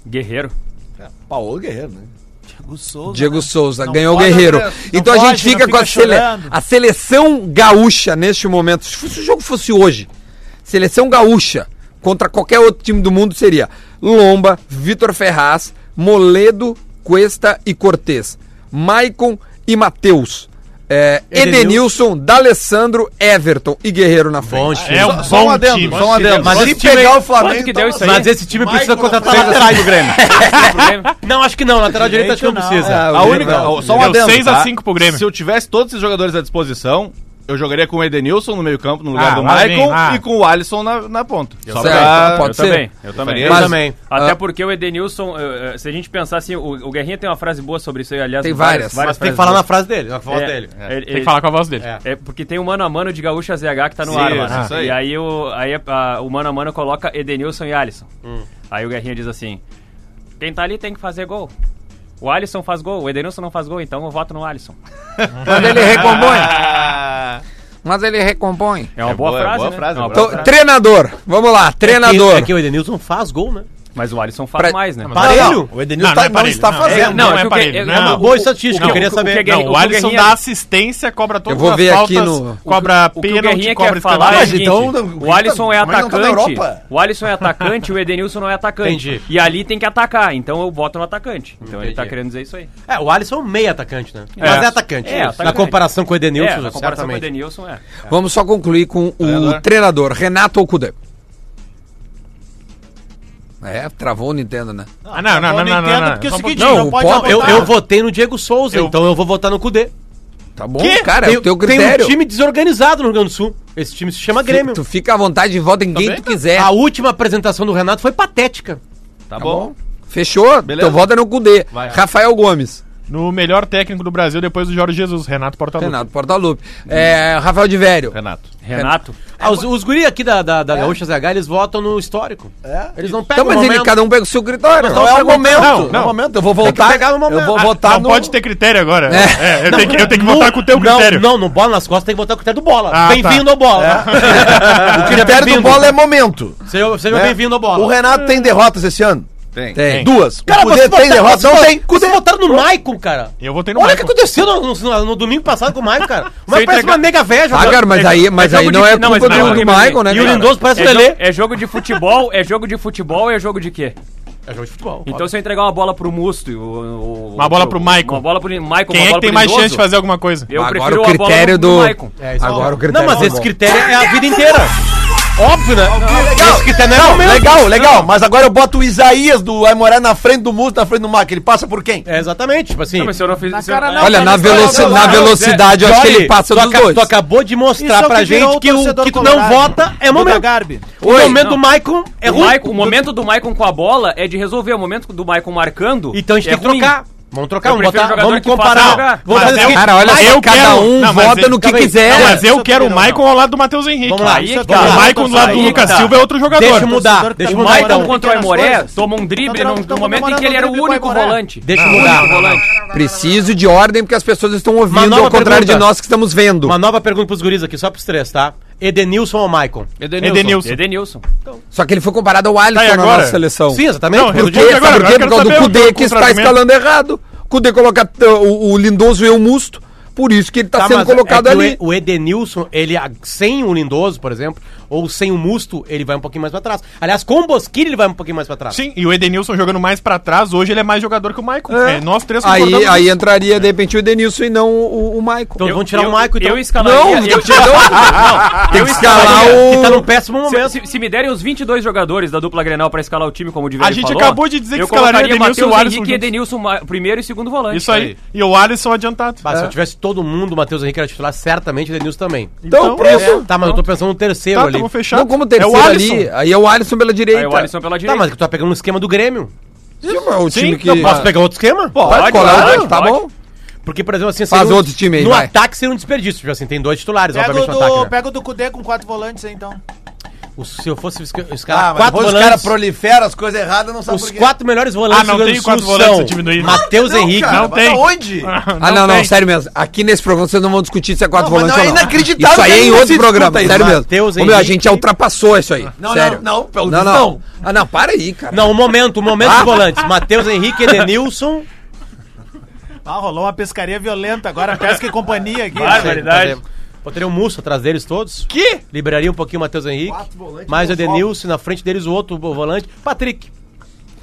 Guerreiro?
Paulo Guerreiro, né?
Diego Souza.
Diego Souza
Não
ganhou o
pode,
Guerreiro.
André, não
então a
pode,
gente fica
não
com a,
fica
sele-
chorando.
a seleção gaúcha neste momento. Se, fosse- se o jogo fosse hoje, seleção gaúcha contra qualquer outro time do mundo seria Lomba, Vitor Ferraz, Moledo, Cuesta e Cortez. Maicon e Matheus. É, Edenilson, D'Alessandro, Everton e Guerreiro na frente.
É um
Só um
bom
adendo,
time.
só um adendo.
Mas
Mas
se
esse
pegar o
Quanto
Flamengo.
que deu isso aí?
Mas esse time precisa contratar
Michael-
laterais do Grêmio.
Problema.
Não, acho que não. Lateral direito acho
Direito
que não
não.
precisa.
Ah,
A
o
única,
Grêmio-
só um
Deu
adendo.
6 a
tá?
5 pro Grêmio.
Se eu tivesse todos esses jogadores à disposição, eu jogaria com o Edenilson no meio-campo, no lugar
Ah,
do
lá vem,
Michael,
lá.
e com o Alisson na, na ponta. Só
Certo,
pra-
pode
eu também,
ser.
eu também.
Eu
Mas-
também.
Até
Ah.
porque o Edenilson, eh, eh, se a gente pensar assim, o, o Guerrinha tem uma frase boa sobre isso aí, aliás.
Tem várias,
Mas tem que falar na frase dele. Na voz
frase
dele. É.
Tem
Tem que falar com a voz dele.
É porque tem o mano a mano de Gaúcha ZH que tá no
Sim,
ar,
isso,
mano.
isso aí.
E aí, o, aí a- a- o mano a mano coloca Edenilson e Alisson. Aí o Guerrinha diz assim: quem tá ali tem que fazer gol. O Alisson faz gol, o Edenilson não faz gol, então eu voto no Alisson.
Mas ele recompõe. Mas ele recompõe.
É uma boa,
boa, é
frase.
boa
né?
frase,
É uma
é
Então,
boa frase.
treinador. Vamos lá, treinador.
É que o Edenilson faz gol, né?
Mas o Alisson faz
Pra-
mais, né?
Parelho.
O Edenilson
Não,
tá-
não é
não,
parelho,
está
não.
fazendo.
É, não, é parelho,
porque-
não.
o-
Boa estatística,
o-
eu queria
o- o
saber.
que a-
Não,
o
o
que
Alisson
Guerrinha-
dá assistência, cobra todas
Eu vou ver
as
aqui
faltas,
no-
cobra
O que o
pênalti,
Guerrinha
cobra
quer falar é o
escanteio.
seguinte,
então, não-
o Alisson é
como é que não tá na
atacante,
Europa?
o Alisson é atacante, o Edenilson não é atacante.
Entendi.
E ali tem que atacar, então eu voto no atacante. Então ele tá
Entendi.
querendo dizer isso aí.
É, o Alisson é um meio atacante, né?
É.
Mas é atacante.
É,
Na
atacante.
comparação com o Edenilson,
é, a comparação com o
certamente.
Edenilson é.
Vamos só concluir com o
Treinador.
treinador, Renato Okuda. É, travou o Nintendo, né?
Ah, não, não, não, não, não, não.
Porque é o
Só um
seguinte,
Não,
não,
o
pode
Pop-
Eu,
votar.
eu votei no Diego Souza,
Eu-
então eu vou votar no Cudê.
Tá bom, cara, é o teu
Tem
critério.
um time desorganizado no Rio Grande do Sul. Esse time se chama Grêmio.
Tu fica à vontade e vota em quem tu
é.
quiser.
A última apresentação do Renato foi patética.
Tá bom.
Fechou?
Beleza.
Então vota no Cudê. Rafael Gomes,
No melhor técnico do Brasil depois do Jorge Jesus, Renato Portaluppi.
Renato Portaluppi. É, Rafael de Vério.
Renato.
Renato,
Ah, os, os guri aqui da, da, da
É.
Gaúcha ZH, eles votam no histórico. É? Eles não
Então,
pegam
mas
o
ele,
momento.
cada um pega o seu critério.
Não é o momento.
Não,
É
não.
o momento. Eu vou
Tem que
voltar.
pegar no momento.
Eu vou
Ah,
votar
não
no-
pode ter critério agora.
É.
É, eu, tenho que, eu tenho que votar com o teu
Não,
critério.
Não, no bola nas costas tem que votar com o critério do bola.
Ah,
bem-vindo ao bola. tá
O critério do
Bem-vindo.
bola é momento.
Seja, seja
né?
bem-vindo ao bola.
O Renato tem derrotas esse ano?
Tem.
Tem.
Duas.
Cara,
o Cudê
vocês
tem
votaram-
derrotas? Não
vocês
tem.
Vocês votaram no Maicon, cara.
Eu votei no
Olha o que
Michael.
aconteceu no, no- no domingo passado com o Maicon, cara. O Maicon parece
entregar-
uma nega velha.
Ah, cara, mas aí, mas
é
aí
jogo
não é
de- não,
culpa
mas não,
do, do
mas-
Michael, né?
E o
cara?
Lindoso parece o
é,
Lelê.
jo- é jogo de futebol, é jogo de futebol ou é jogo de quê?
É jogo de futebol.
Então se eu entregar uma bola pro Musto, e o- o- o-
Uma bola pro Maicon.
uma bola pro Lin- Maicon,
Quem
uma
é
bola
que tem
pro
mais
Lindoso,
chance de fazer alguma coisa?
Eu
Agora
prefiro
o
a bola
critério
no- no
do...
Maicon.
É, isso
Agora
é
o critério
Não, mas
do
esse
bom.
critério é a vida inteira. Óbvio, né? Esse critério não é o
Não,
momento.
legal, legal. Mas agora eu boto o Isaías do Vai Morar na frente do Musto, na frente do Mac. Ele passa por quem?
É, exatamente, tipo assim.
Não, mas se eu não fiz se eu- É.
Olha, na, veloci- na velocidade, eu acho que ele passa
tu
dos
aca-
dois.
Tu acabou de mostrar
Isso é o
pra
que virou
gente
o
que o
torcedor
que tu não
colorado.
vota é
Duda
momento.
Garbi.
O momento
não.
do Maicon é
o,
ruim.
Maicon- o momento do Maicon com a bola é de resolver. O momento do Maicon marcando.
Então a gente
é
tem que trocar. Vamos trocar,
Eu
vamos
prefiro
botar,
jogador
vamos
que faça
comparar.
jogar.
Vamos fazer
Mas
o
eu-
seguinte,
Cara, olha
Mas
só,
eu
cada
quero-
um
não, mas
vota
eu-
no que
calma aí.
quiser.
Não, mas eu quero o
não.
Maicon ao lado do Matheus Henrique.
Vamos lá.
Aí é que
Vamos
tá.
lá.
O Maicon do lado do
Aí que
Lucas
tá.
Silva é outro jogador.
Deixa eu mudar,
torcedor
deixa eu
que
O
mudar
tá mais
Maicon
então.
contra o
pequenas
Aimoré
coisas.
toma um drible
Não,
num-
não,
no
não,
momento em que ele era o
comemorando o
único
drible com o
volante.
Deixa eu
O
mudar.
único volante.
Preciso de ordem, porque as pessoas estão ouvindo,
nova
ao contrário de
pergunta.
nós que estamos vendo.
Uma nova pergunta pros guris aqui, só pros três, tá? Edenilson ou Maicon?
Edenilson.
Edenilson.
Edenilson.
Só que ele foi comparado ao Alisson
Tá, e
na
agora?
nossa seleção.
Sim, exatamente.
Não,
Por
responde
quê? Sabe
agora.
por quê?
eu
Por
quero
causa do
saber o
Cudê
teu
que está
contra-argumento.
escalando errado. Cudê coloca uh, o, o Lindoso e o Musto, por isso que ele está
Tá,
sendo
mas é
colocado
que o
ali.
E- O Edenilson, ele a- sem o Lindoso, por exemplo, ou sem o Musto, ele vai um pouquinho mais pra trás. Aliás, com o Bosquilha ele vai um pouquinho mais pra trás.
Sim, e o Edenilson jogando mais pra trás, hoje ele é mais jogador que o Maicon.
É.
É, nós três
Aí,
concordamos.
aí entraria de repente o Denilson e não o, o Maicon.
Então vamos tirar o Maicon então.
Eu
Não,
escalaria.
tem
eu-
que tirar o- tem que escalar
que tá
ah, o.
num péssimo
se,
momento.
se- se me derem os 22 jogadores da dupla Grenal pra escalar o time, como o Diverio
A gente
falou,
acabou de dizer que
eu
escalaria
colocaria
Edenilson e o
Matheus
Alisson
Henrique e
juntos.
Edenilson ma- primeiro e segundo volante.
é. Isso aí. E o Alisson adiantado.
É.
Bah, Se eu tivesse todo mundo, o Matheus Henrique era titular, certamente o Edenilson também.
Então, pronto.
Tá, mas eu tô pensando no terceiro
Tá,
ali.
tamo fechado.
Não, como
É
terceiro
o Alisson.
ali, aí é o Alisson pela direita.
Aí o Alisson pela
Tá,
direita.
mas tu tá pegando um esquema do Grêmio.
Sim, mas o time que.
Não, posso pegar outro esquema?
Pode,
Pode,
colar,
claro,
tá
pode.
bom?
Porque, por exemplo, assim...
Faz
seria um-
outro time aí,
No
vai. É,
ataque seria um desperdício, tipo assim, tem dois titulares,
Pega o
obviamente, no
do,
ataque, né?
pega o do Cudê com quatro volantes aí, então.
o- se eu fosse esca- escalar
Ah, mas
quatro
depois os
volantes...
caras proliferam as coisas erradas, não sabe
Os quatro melhores volantes
Ah, não
do Rio Grande
tem
do
quatro
Sul
volantes
são
no time do Inter. Claro que
Matheus
não,
Henrique.
cara, Não mas tem.
aonde?
Ah, não, não, sério mesmo. Aqui nesse programa vocês não vão discutir se é quatro
Não, mas
volantes
não,
ou
é
não.
inacreditável
Isso aí
que
é em
não se
outro
discuta
programa,
isso.
sério mesmo.
Mateus
Ô, meu, a
Henrique.
gente já ultrapassou isso aí.
Não,
sério.
não, não, pelo
não,
visto
não. Ah, não, para aí, cara.
Não, o momento, o momento
Ah.
dos volantes. Matheus Henrique, Edenilson...
Ah, rolou uma pescaria violenta agora, pesca e companhia aqui.
Botaria o Musso atrás deles todos. Que? Liberaria um pouquinho o Matheus Henrique. Mais o Edenilson, na frente deles o outro volante. Patrick.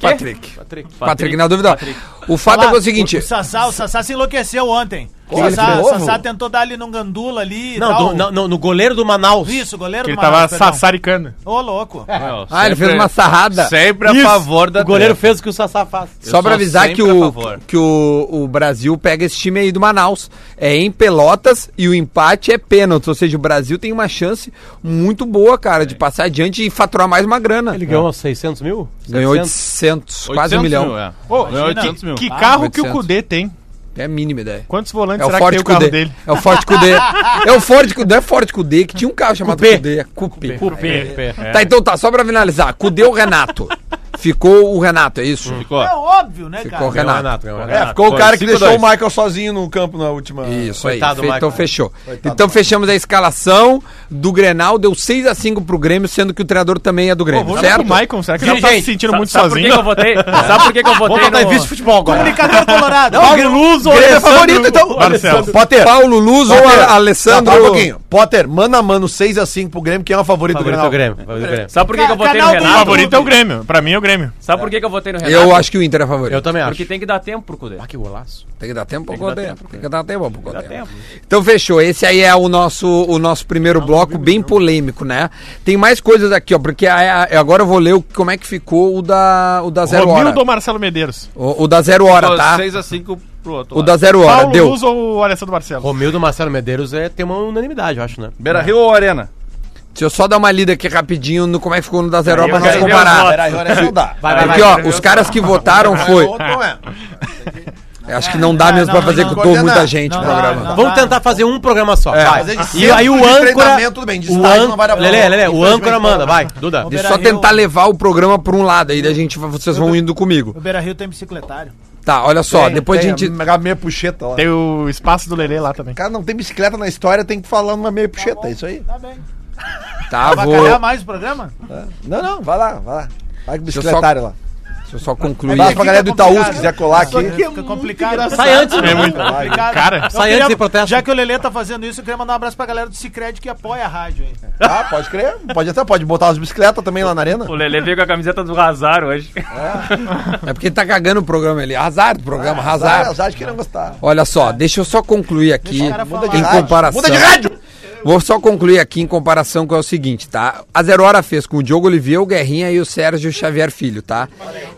Patrick.
Patrick.
Patrick, na dúvida. O fato é, que é o seguinte.
Ah, O, o Sassá, o Sassá se enlouqueceu ontem. O
Que ele
Sassá,
fez?
o Sassá tentou dar ali num gandula ali e
Não,
tal.
do- não, não, no goleiro do Manaus.
Isso, goleiro
Que
do
ele tava
Manaus, perdão.
sassaricando.
Ô, louco.
É.
Ah, ele fez uma sarrada.
é
Sempre a
Isso.
favor da
O goleiro
treta.
fez o que o Sassá faz.
Só
Eu
pra
sou
avisar que,
sempre a
o,
favor.
que o, o Brasil pega esse time aí do Manaus. É em Pelotas e o empate é pênalti. Ou seja, o Brasil tem uma chance muito boa, cara, de passar adiante e faturar mais uma grana. É.
Ele ganhou 600 mil?
Ganhou
700?
800, quase um
800
milhão.
mil, é.
Ô,
Ganhou
que-
800 mil.
Que carro que o
800.
Cudê tem?
É a mínima ideia.
Quantos volantes
É o
será que tem
Ford
o carro
Cudê.
dele?
É o Ford Cudê. É o Ford Cudê. Não é Ford Cudê, que tinha um carro chamado
Coupé.
Cudê. É Coupé.
Cupê.
Tá, então tá, só pra finalizar. Cudê o Renato. Ficou o Renato, é isso?
Ficou.
É óbvio, né,
Ficou o
cara?
Renato.
É, ficou o
Foi,
cara que
cinco,
deixou
dois.
o Michael sozinho no campo na última.
Isso
Coitado,
aí. Fe- Então
Michael.
fechou. então fechamos a escalação do Grenal, deu 6 a 5 pro Grêmio, sendo que o treinador também é do Grêmio,
Vou
certo?
certo? Maicon, será que ele não tá se
Dirigente,
sentindo
Sa-
muito
sabe
sozinho?
Por que que eu votei? Sabe por que, que eu votei no...
futebol
Comunicador colorado.
Paulo
Ah,
Luz ou
Grêmio é
Alessandro
favorito, então.
Barcelos?
Potter.
Paulo Luz ou
Potter.
a- Alessandro?
Tá, para um pouquinho. Potter, mano a mano, 6x5 pro Grêmio. Quem é o favorito,
Favorito
do
do
Grêmio?
Grêmio. Favorito do Grêmio.
Sabe por que, que eu votei no
Canal do
O
Renato?
favorito é o Grêmio. Pra mim é o Grêmio.
Sabe por que, que eu votei no Renato?
Eu acho que o Inter é
Eu
favorito.
também acho.
Porque tem que dar tempo pro Cudê.
Ah, que golaço.
Tem que dar tempo pro
que dar
Codé.
tempo,
Tem que dar tempo pro Codé.
tempo.
Então fechou. Esse aí é o nosso, o nosso primeiro bloco, bem polêmico, né? Tem mais coisas aqui, ó, porque a- a- agora eu vou ler o- como é que ficou o da, o da Zero Hora.
Romildo ou Marcelo Medeiros?
O, o da Zero Hora, tá?
6x5 pro outro.
O
lado.
da Zero Hora,
Paulo
deu.
Luz ou Alessandro Barcelos?
Romildo Marcelo Medeiros é, tem uma unanimidade, eu acho, né?
Beira Rio ou Arena?
Deixa eu só dar uma lida aqui rapidinho no como é que ficou no da Zero Hora pra
eu
nós
quero ver
comparar.
os votos.
Peraí, agora não dá.
Vai,
Aqui, ó, os caras que votaram foi.
Outro não é.
Acho que não dá
É,
mesmo pra
não,
fazer
não,
com
não.
todo muita
Coordenar.
gente no
Não,
programa.
não, não.
Vamos tentar fazer um programa
É.
só. vai.
mas a gente
E aí o
sempre de
âncora.
treinamento, tudo bem, de
o
estágio
ân-
não vai dar
Lelê,
problema.
Lelê, o
Infelizmente,
âncora
não.
manda, vai. Duda.
Deixa eu
Beira
só
Rio-
tentar levar o programa pra um lado aí, da gente vocês vão indo comigo.
O Beira Rio tem bicicletário.
Tá, olha só, depois a gente.
Uma meia puxeta lá.
Tem o espaço do Lelê lá também.
O cara não tem bicicleta na história, tem que falar numa meia puxeta, é isso aí.
Tá bem.
Tá,
Vai
vou.
calhar mais o programa?
Não, não, vai lá, vai lá. Vai com o
Deixa eu
bicicletário lá.
Deixa eu só concluir.
Abraço pra galera do Itaú, se
complicado.
quiser colar aqui.
Fica complicado.
Sai antes,
É muito.
Complicado.
Cara,
Eu
sai
queria-
antes e protesta.
Já que o Lelê tá fazendo isso, eu queria mandar um abraço pra galera do Cicred que apoia a rádio aí.
Ah, pode crer, pode até, pode botar as bicicletas também lá na arena.
O Lelê veio com a camiseta do Razar hoje.
É porque tá cagando o programa ali. Azar do programa, azar.
Azar de É, que não gostar.
Olha só, deixa eu só concluir aqui
É. Deixa o cara falar.
em
Muda
de
comparação.
rádio, muda de rádio!
Vou só concluir aqui em comparação com é o seguinte, tá? A Zero Hora fez com o Diogo Oliveira, o Guerrinha e o Sérgio Xavier Filho, tá?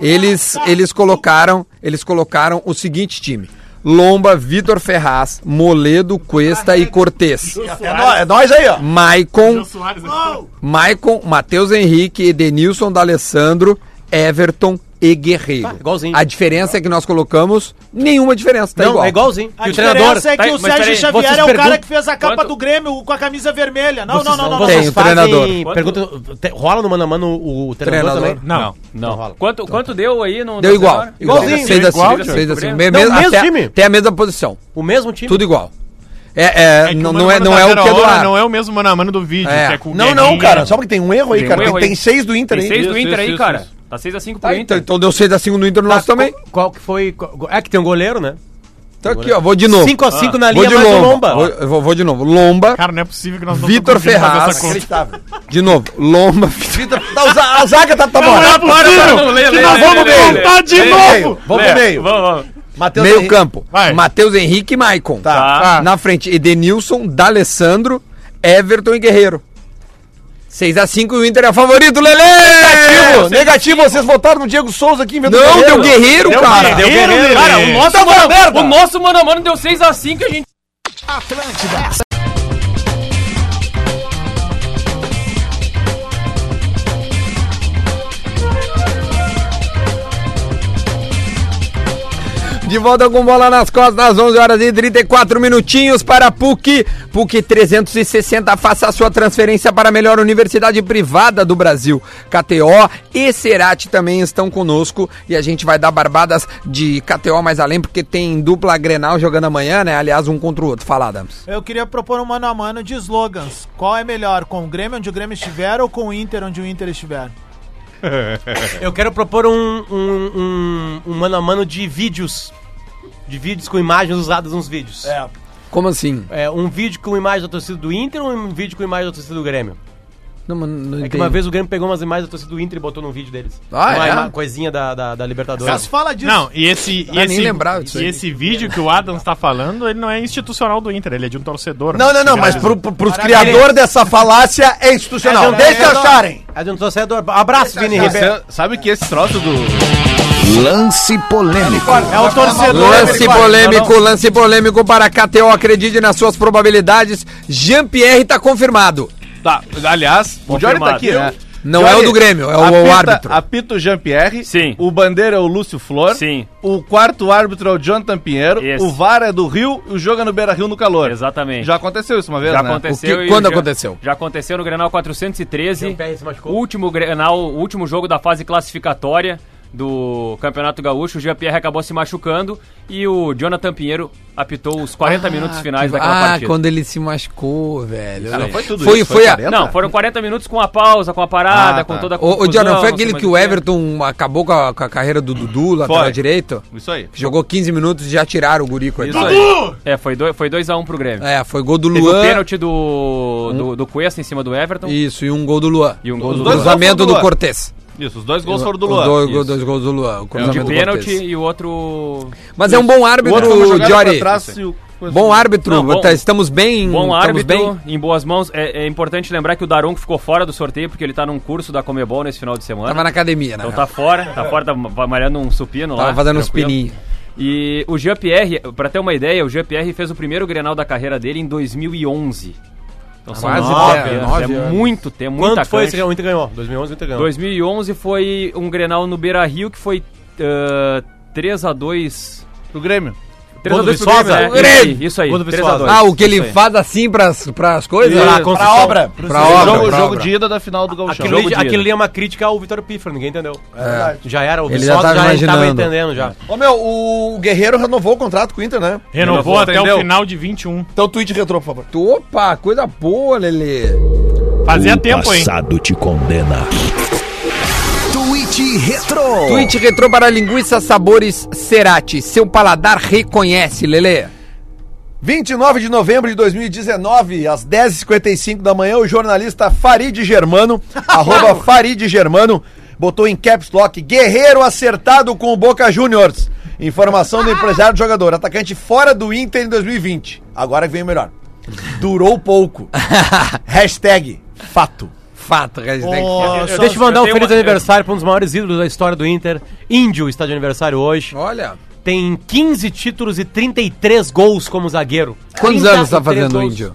Eles eles colocaram, eles colocaram o seguinte time: Lomba, Vitor Ferraz, Moledo, Cuesta e Cortez.
É, nó- é nós aí, ó.
Maicon,
Soares aqui.
Maicon, Matheus Henrique, Edenilson D'Alessandro, Everton e Guerreiro.
Tá, igualzinho.
A diferença é que nós colocamos nenhuma diferença, tá
não,
igual.
é igualzinho.
A
e o treinador.
diferença é que
Tá,
o
mas
Sérgio
peraí,
Xavier
vocês
é o cara
perguntam-
que fez a capa
Quanto-
do Grêmio com a camisa vermelha. Não,
Vocês-
não, não,
Tem,
não.
vocês
o treinador.
fazem- Pergunta, te- rola no mano a mano o, o treinador,
Treinador.
também?
Não.
Não.
rola.
Quanto, quanto deu aí no...
Deu
na
igual.
Zero Hora?
Igualzinho.
Seis a
Igual,
cinco,
tio.
seis a cinco. Me-
Não,
assim. mesmo-
mesmo
até-
time.
Tem a mesma posição.
O mesmo time.
Tudo igual. É, é,
É que
não,
o
não
mano
é,
a mano
não
da
é o
Zero
que é do
Hora
ar.
Não é o mesmo mano a mano do vídeo,
É.
que é com o
Não, não,
Guerrinha.
cara, só porque tem um erro aí,
Tem um
cara.
erro
porque tem
aí.
seis do Inter
Tem
aí.
seis do
Isso,
Inter
isso,
aí,
isso,
cara.
isso.
Tá 6x5 pro
Tá, então,
Inter.
então deu 6 a 5 no Inter no
Tá,
nosso também.
Qual, qual que foi. qual- é que tem um goleiro, né?
Então aqui, ó, vou de novo. Ah.
5x5 na
Vou
linha,
de
mais o
Lomba.
Lomba.
Vou, eu vou- vou de novo. Lomba,
Cara, não é possível que nós não
Vitor
conseguindo fazer
Ferraz.
essa conta.
Inacreditável.
de novo. Lomba.
Tá, o za- a zaga tá, tá
Não
bom.
é possível
não, lê,
que
lê,
nós
lê,
vamos
lê, lê,
voltar de
Meio,
novo.
Vamos pro meio.
Vamos, vamos.
Matheus
Meio
Henrique.
campo.
Vai.
Matheus Henrique e Maicon.
Tá.
Na frente, Edenilson, D'Alessandro, Everton e Guerreiro. 6x5 o Inter é favorito, Lelê!
Negativo, negativo, vocês votaram no Diego Souza aqui em vez do
Não, deu
Guerreiro.
Guerreiro, cara!
Deu Guerreiro,
Cara,
Lelê.
então, o nosso, mano, o nosso mano a mano deu 6x5 e a gente...
De volta com bola nas costas, às 11 horas e 34 minutinhos para a PUC. PUC 360, faça a sua transferência para a melhor universidade privada do Brasil. KTO e Cerati também estão conosco e a gente vai dar barbadas de KTO mais além, porque tem dupla Grenal jogando amanhã, né? Aliás, um contra o outro. Fala, Adams.
Eu queria propor um mano a mano de slogans. Qual é melhor, com o Grêmio onde o Grêmio estiver ou com o Inter onde o Inter estiver?
Eu quero propor um, um, um, um mano a mano de vídeos. De vídeos com imagens usadas nos vídeos. É.
Como assim?
um vídeo com imagem da torcida do Inter ou um vídeo com imagem da torcida do Grêmio?
Não, mas não
É que uma vez o Grêmio pegou umas imagens da torcida do Inter e botou num vídeo deles.
Ah,
uma,
é?
uma coisinha da, da, da Libertadores.
Mas fala disso.
Não, e esse, e
Ah, nem
esse,
lembrava disso
e
aí.
esse vídeo que o Adams tá falando, ele não é institucional do Inter, ele é de um torcedor.
Não, não, não, mas pro, pro, pros criadores dessa falácia é institucional. Deixa acharem.
Adiantou torcedor. Abraço, Vini Ribeiro.
Você sabe que esse troço do.
Lance polêmico.
É o torcedor.
Lance polêmico, lance polêmico para KTO. Acredite nas suas probabilidades. Jean-Pierre tá confirmado.
Tá, aliás, o Jory tá aqui, né?
Não é o do Grêmio, é o-
apita-
o árbitro.
Apita o Jean-Pierre.
Sim.
O bandeira é o Lúcio Flor.
Sim.
O quarto árbitro é o Jonathan Pinheiro.
Esse.
O VAR é do Rio e o jogo é no Beira Rio no calor.
Exatamente.
Já aconteceu isso uma vez,
Já
né?
aconteceu.
O que-
e
quando
já-
aconteceu?
Já aconteceu no Grenal 413.
Jean-Pierre se machucou.
Último Grenal, o último jogo da fase classificatória do Campeonato Gaúcho. O Jean-Pierre acabou se machucando e o Jonathan Pinheiro apitou os 40 minutos finais daquela
Ah,
partida.
quando ele se machucou, velho.
Ah, não foi tudo
Foi-
isso.
foi a-
40?
Não, foram 40 minutos com a pausa, com a parada,
Ah,
com
tá.
toda a
Ô, ô
confusão,
Jonathan, foi
não sei
aquele
mais
que
o
o
é.
Everton acabou com a, com a carreira do Dudu, lateral
Foi.
direito?
Isso aí.
Jogou 15 minutos e já tiraram o guri,
Isso
coitado.
aí.
É, foi 2x1 foi dois a um pro Grêmio.
É, foi gol do
Teve o
Luan.
pênalti do, do, do Cuesta em cima do Everton.
Isso, e um gol do Luan.
E um gol
O
do
dois
Luan.
cruzamento
foram do
do
Luan.
Cortez.
Isso, os dois gols foram do
Os
Luan.
dois,
Isso.
dois gols do Luan. O
Um de
cruzamento do
pênalti
Cortez.
e o outro.
Mas é um bom árbitro,
foi uma jogada pra
Jory.
trás e o- assim.
Bom árbitro,
Não, bom-
tá- estamos bem.
Bom
estamos
árbitro,
bem.
em boas mãos. É, é importante lembrar que o Daronco ficou fora do sorteio porque ele tá num curso da Comebol nesse final de semana.
Tava na academia, né?
Então tá fora, tá fora, tá ma- malhando um supino lá.
Tava fazendo uns
tranquilo.
pininhos.
E o Jean-Pierre, pra ter uma ideia, o Jean-Pierre fez o primeiro Grenal da carreira dele em 2011. Então são
Quase
nove
dez,
anos,
nove
é
anos.
muito tempo, muita
né? Quanto foi
cancha.
esse que o Inter ganhou? 2011 o Inter ganhou.
2011 foi um Grenal no Beira-Rio que foi ah, 3x2...
Pro Grêmio.
3x2 pro
Viçosa?
Grêmio, né?
Grêmio!
Isso aí,
Gol do
3
Viçosa.
a 2.
Ah, o que
Isso
ele
aí.
faz assim pras, pras coisas?
Pra
Ah,
construção.
obra.
Pra
O
obra.
jogo,
pra
jogo
obra.
de ida da final do Gauchão.
Aquilo, ali,
Jogo de
aquilo
ida.
ali é uma crítica ao Vitório Piffer, ninguém entendeu. Já era, o
É. Ele
Viçosa
já tava imaginando.
entendendo já.
Ô meu, o Guerreiro renovou o contrato com o Inter, né?
Renovou
Renovou,
até
entendeu?
o final de 21.
Então tweet retrô, por favor.
Opa, coisa boa, Lelê.
Fazia tempo, hein?
te condena. Twitch Retro.
Tweet retrô para linguiça sabores Cerati. Seu paladar reconhece, Lelê.
29 de novembro de 2019, às 10h55 da manhã, o jornalista Farid Germano, arroba Farid Germano, botou em caps lock Guerreiro acertado com o Boca Juniors. Informação do empresário do jogador, atacante fora do Inter em 2020. Agora vem o melhor. Durou pouco. Hashtag fato.
Fato, hashtag.
Ô, só-
Deixa eu mandar um
tenho
feliz
uma-
aniversário para um dos maiores ídolos da história do Inter. Índio está de aniversário hoje.
Olha,
Tem 15 títulos e 33 gols como zagueiro.
quantos
33
anos tá fazendo o
gols.
Índio?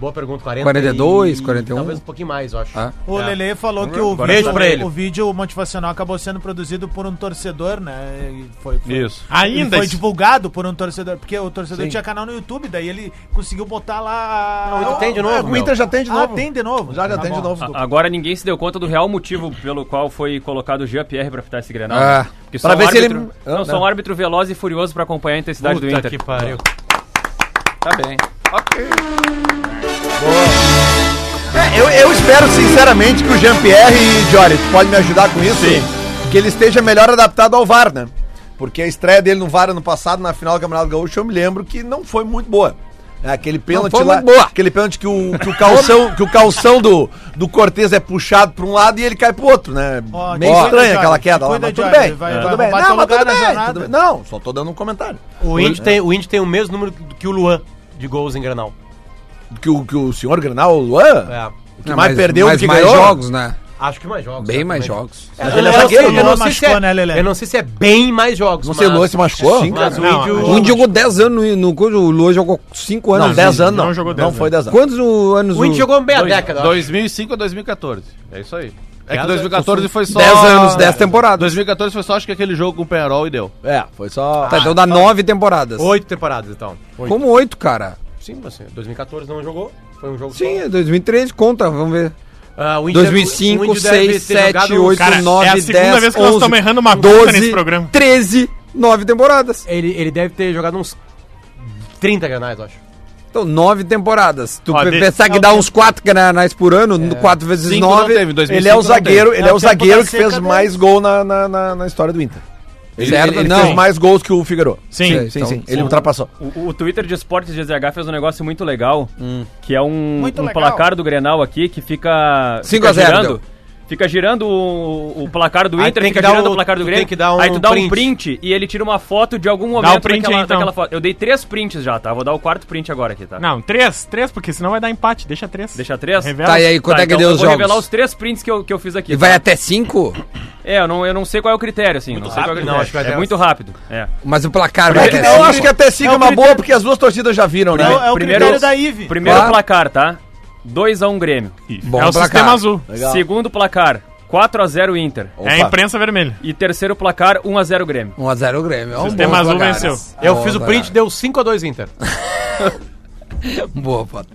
Boa pergunta, 40
42, 41?
Talvez um pouquinho mais, eu acho.
Ah.
O Lele falou que o
Beijo pra ele.
o vídeo motivacional acabou sendo produzido por um torcedor, né? E foi, foi-
Isso.
Ele
Ainda
foi
isso.
divulgado por um torcedor, porque o torcedor tinha canal no YouTube, daí ele conseguiu botar lá.
Não, ele tem de novo,
o
meu.
Inter já tem de
Ah,
novo.
tem de novo.
Já, já
Tá
tem de
bom.
novo.
A- Agora ninguém se deu conta do real motivo pelo qual foi colocado o Jean-Pierre pra apitar esse Grenal.
Ah,
né? Porque
pra
só um
ver se ele-
árbitro,
Ah,
Não,
não.
só um árbitro veloz e furioso pra acompanhar a intensidade do
Puta
Inter.
que pariu.
Tá bem. Ok.
Eu, eu espero sinceramente que o Jean-Pierre e Jory, tu pode me ajudar com isso? Que ele esteja melhor adaptado ao VAR, né? Porque a estreia dele no VAR ano passado, na final do Campeonato Gaúcho, eu me lembro que não foi muito boa. É, Aquele pênalti
foi
lá.
muito boa.
Aquele pênalti que o, que o calção, que o calção do, do Cortez é puxado para um lado e ele cai pro outro, né?
Ó,
Meio
cuida,
estranha
Jory,
aquela queda lá,
cuida,
mas tudo
Jory,
bem.
vai-
tudo
vai
bem.
roubar
Não,
teu
mas
lugar
tudo
na
bem,
jornada.
tudo bem. Não, só tô dando um comentário.
O Indy, tem, o Indy tem o mesmo número que o Luan de gols em Granal.
Que o, que o senhor Grenal, o Luan,
É.
o que mais perdeu, o
mais,
que
mais
ganhou.
jogos, né?
Acho que mais jogos.
Bem mais
exatamente.
jogos.
É,
Mas
eu
ele é
não
zagueiro,
sei-
né?
eu não
Luan
sei se é-
assim, machucou, né, Lelé?
Eu não sei se é bem mais jogos.
Não sei, o Luan se machucou? Sim,
Mas o
cara.
Índio.
O Índio jogou 10 anos no- no coisa, o Luan jogou 5 anos.
Não, 10 anos não.
Não jogou dez
Não foi 10 anos.
Quantos o- anos
O Indy jogou meia
Dois-
década. eu acho.
2005 a 2014. É isso aí. É que 2014 foi só. É.
10 anos, 10 temporadas.
2014 foi só, acho que aquele jogo com o Penarol e deu.
É, foi só.
Tá, então dá 9 temporadas.
Oito temporadas, então. Oito.
Como 8, cara?
Sim, assim, 2014 não jogou. Foi um jogo
Sim,
só.
é 2013, conta, vamos ver.
Ah, o Inter-
2005,
o Inter deve
6,
ter
7,
jogado-
8,
Cara, é a
9, 10,
segunda vez que nós estamos errando uma conta
12,
nesse programa.
13, 9 temporadas.
Ele, ele deve ter jogado uns 30 granais, eu acho.
Então, 9 temporadas. Tu
Ó,
pe-
de-
pensar que dá uns 4 granais por ano, 4 vezes
Cinco não
9...
teve, em 2005
Ele é o
não teve.
zagueiro, ele é
É
o
o tempo
zagueiro
da
que
seca
fez
dele.
mais gol na, na, na- na história do Inter. Ele,
Certo,
ele- ele
não.
fez mais gols que o Figueiredo.
Sim.
sim,
então,
sim. Ele
sim.
ultrapassou.
O, o Twitter de Esportes de GZH fez um negócio muito legal,
Hum.
que é um,
Muito
um
legal.
placar do Grenal aqui que fica,
Cinco
fica
a zero, então.
girando.
deu.
Fica girando o, o placar do
Aí
Inter,
tem que
fica
dar
girando
o-
o placar do
tu
Grêmio.
tem que dar um
aí tu dá um
print.
print e ele tira uma foto de
um
algum momento
print
daquela,
aí, então.
daquela foto. Eu dei três prints já, tá? Vou dar o quarto print agora aqui, tá?
Não, três, três, porque senão vai dar empate. Deixa três.
Deixa três?
Revela.
Tá, e aí, quanto é que
então
deu
eu
os
vou
jogos?
revelar os três prints que eu, que eu fiz aqui. tá?
E vai até 5?
É, eu não, eu não sei qual é o critério, assim. não sei qual é o
rápido?
critério.
Não, acho que vai
é
até-
muito rápido. É.
Mas o placar vai
É que
até um
eu
5.
acho que até 5 é,
É o
uma
critério-
boa, porque as duas torcidas já viram,
É, o-
né?
é o
Primeiro-
critério da IVE.
Primeiro
Claro.
placar, tá? 2x1 Grêmio.
Bom
é o
placar.
sistema azul.
Segundo placar, 4x0 Inter.
É a imprensa vermelha.
E terceiro placar, 1x0 Grêmio.
1x0 o Grêmio. É um
Sistema
bom
azul
placar.
venceu.
Eu
Bom
fiz o print,
placar.
deu 5x2 Inter.
Boa, foto.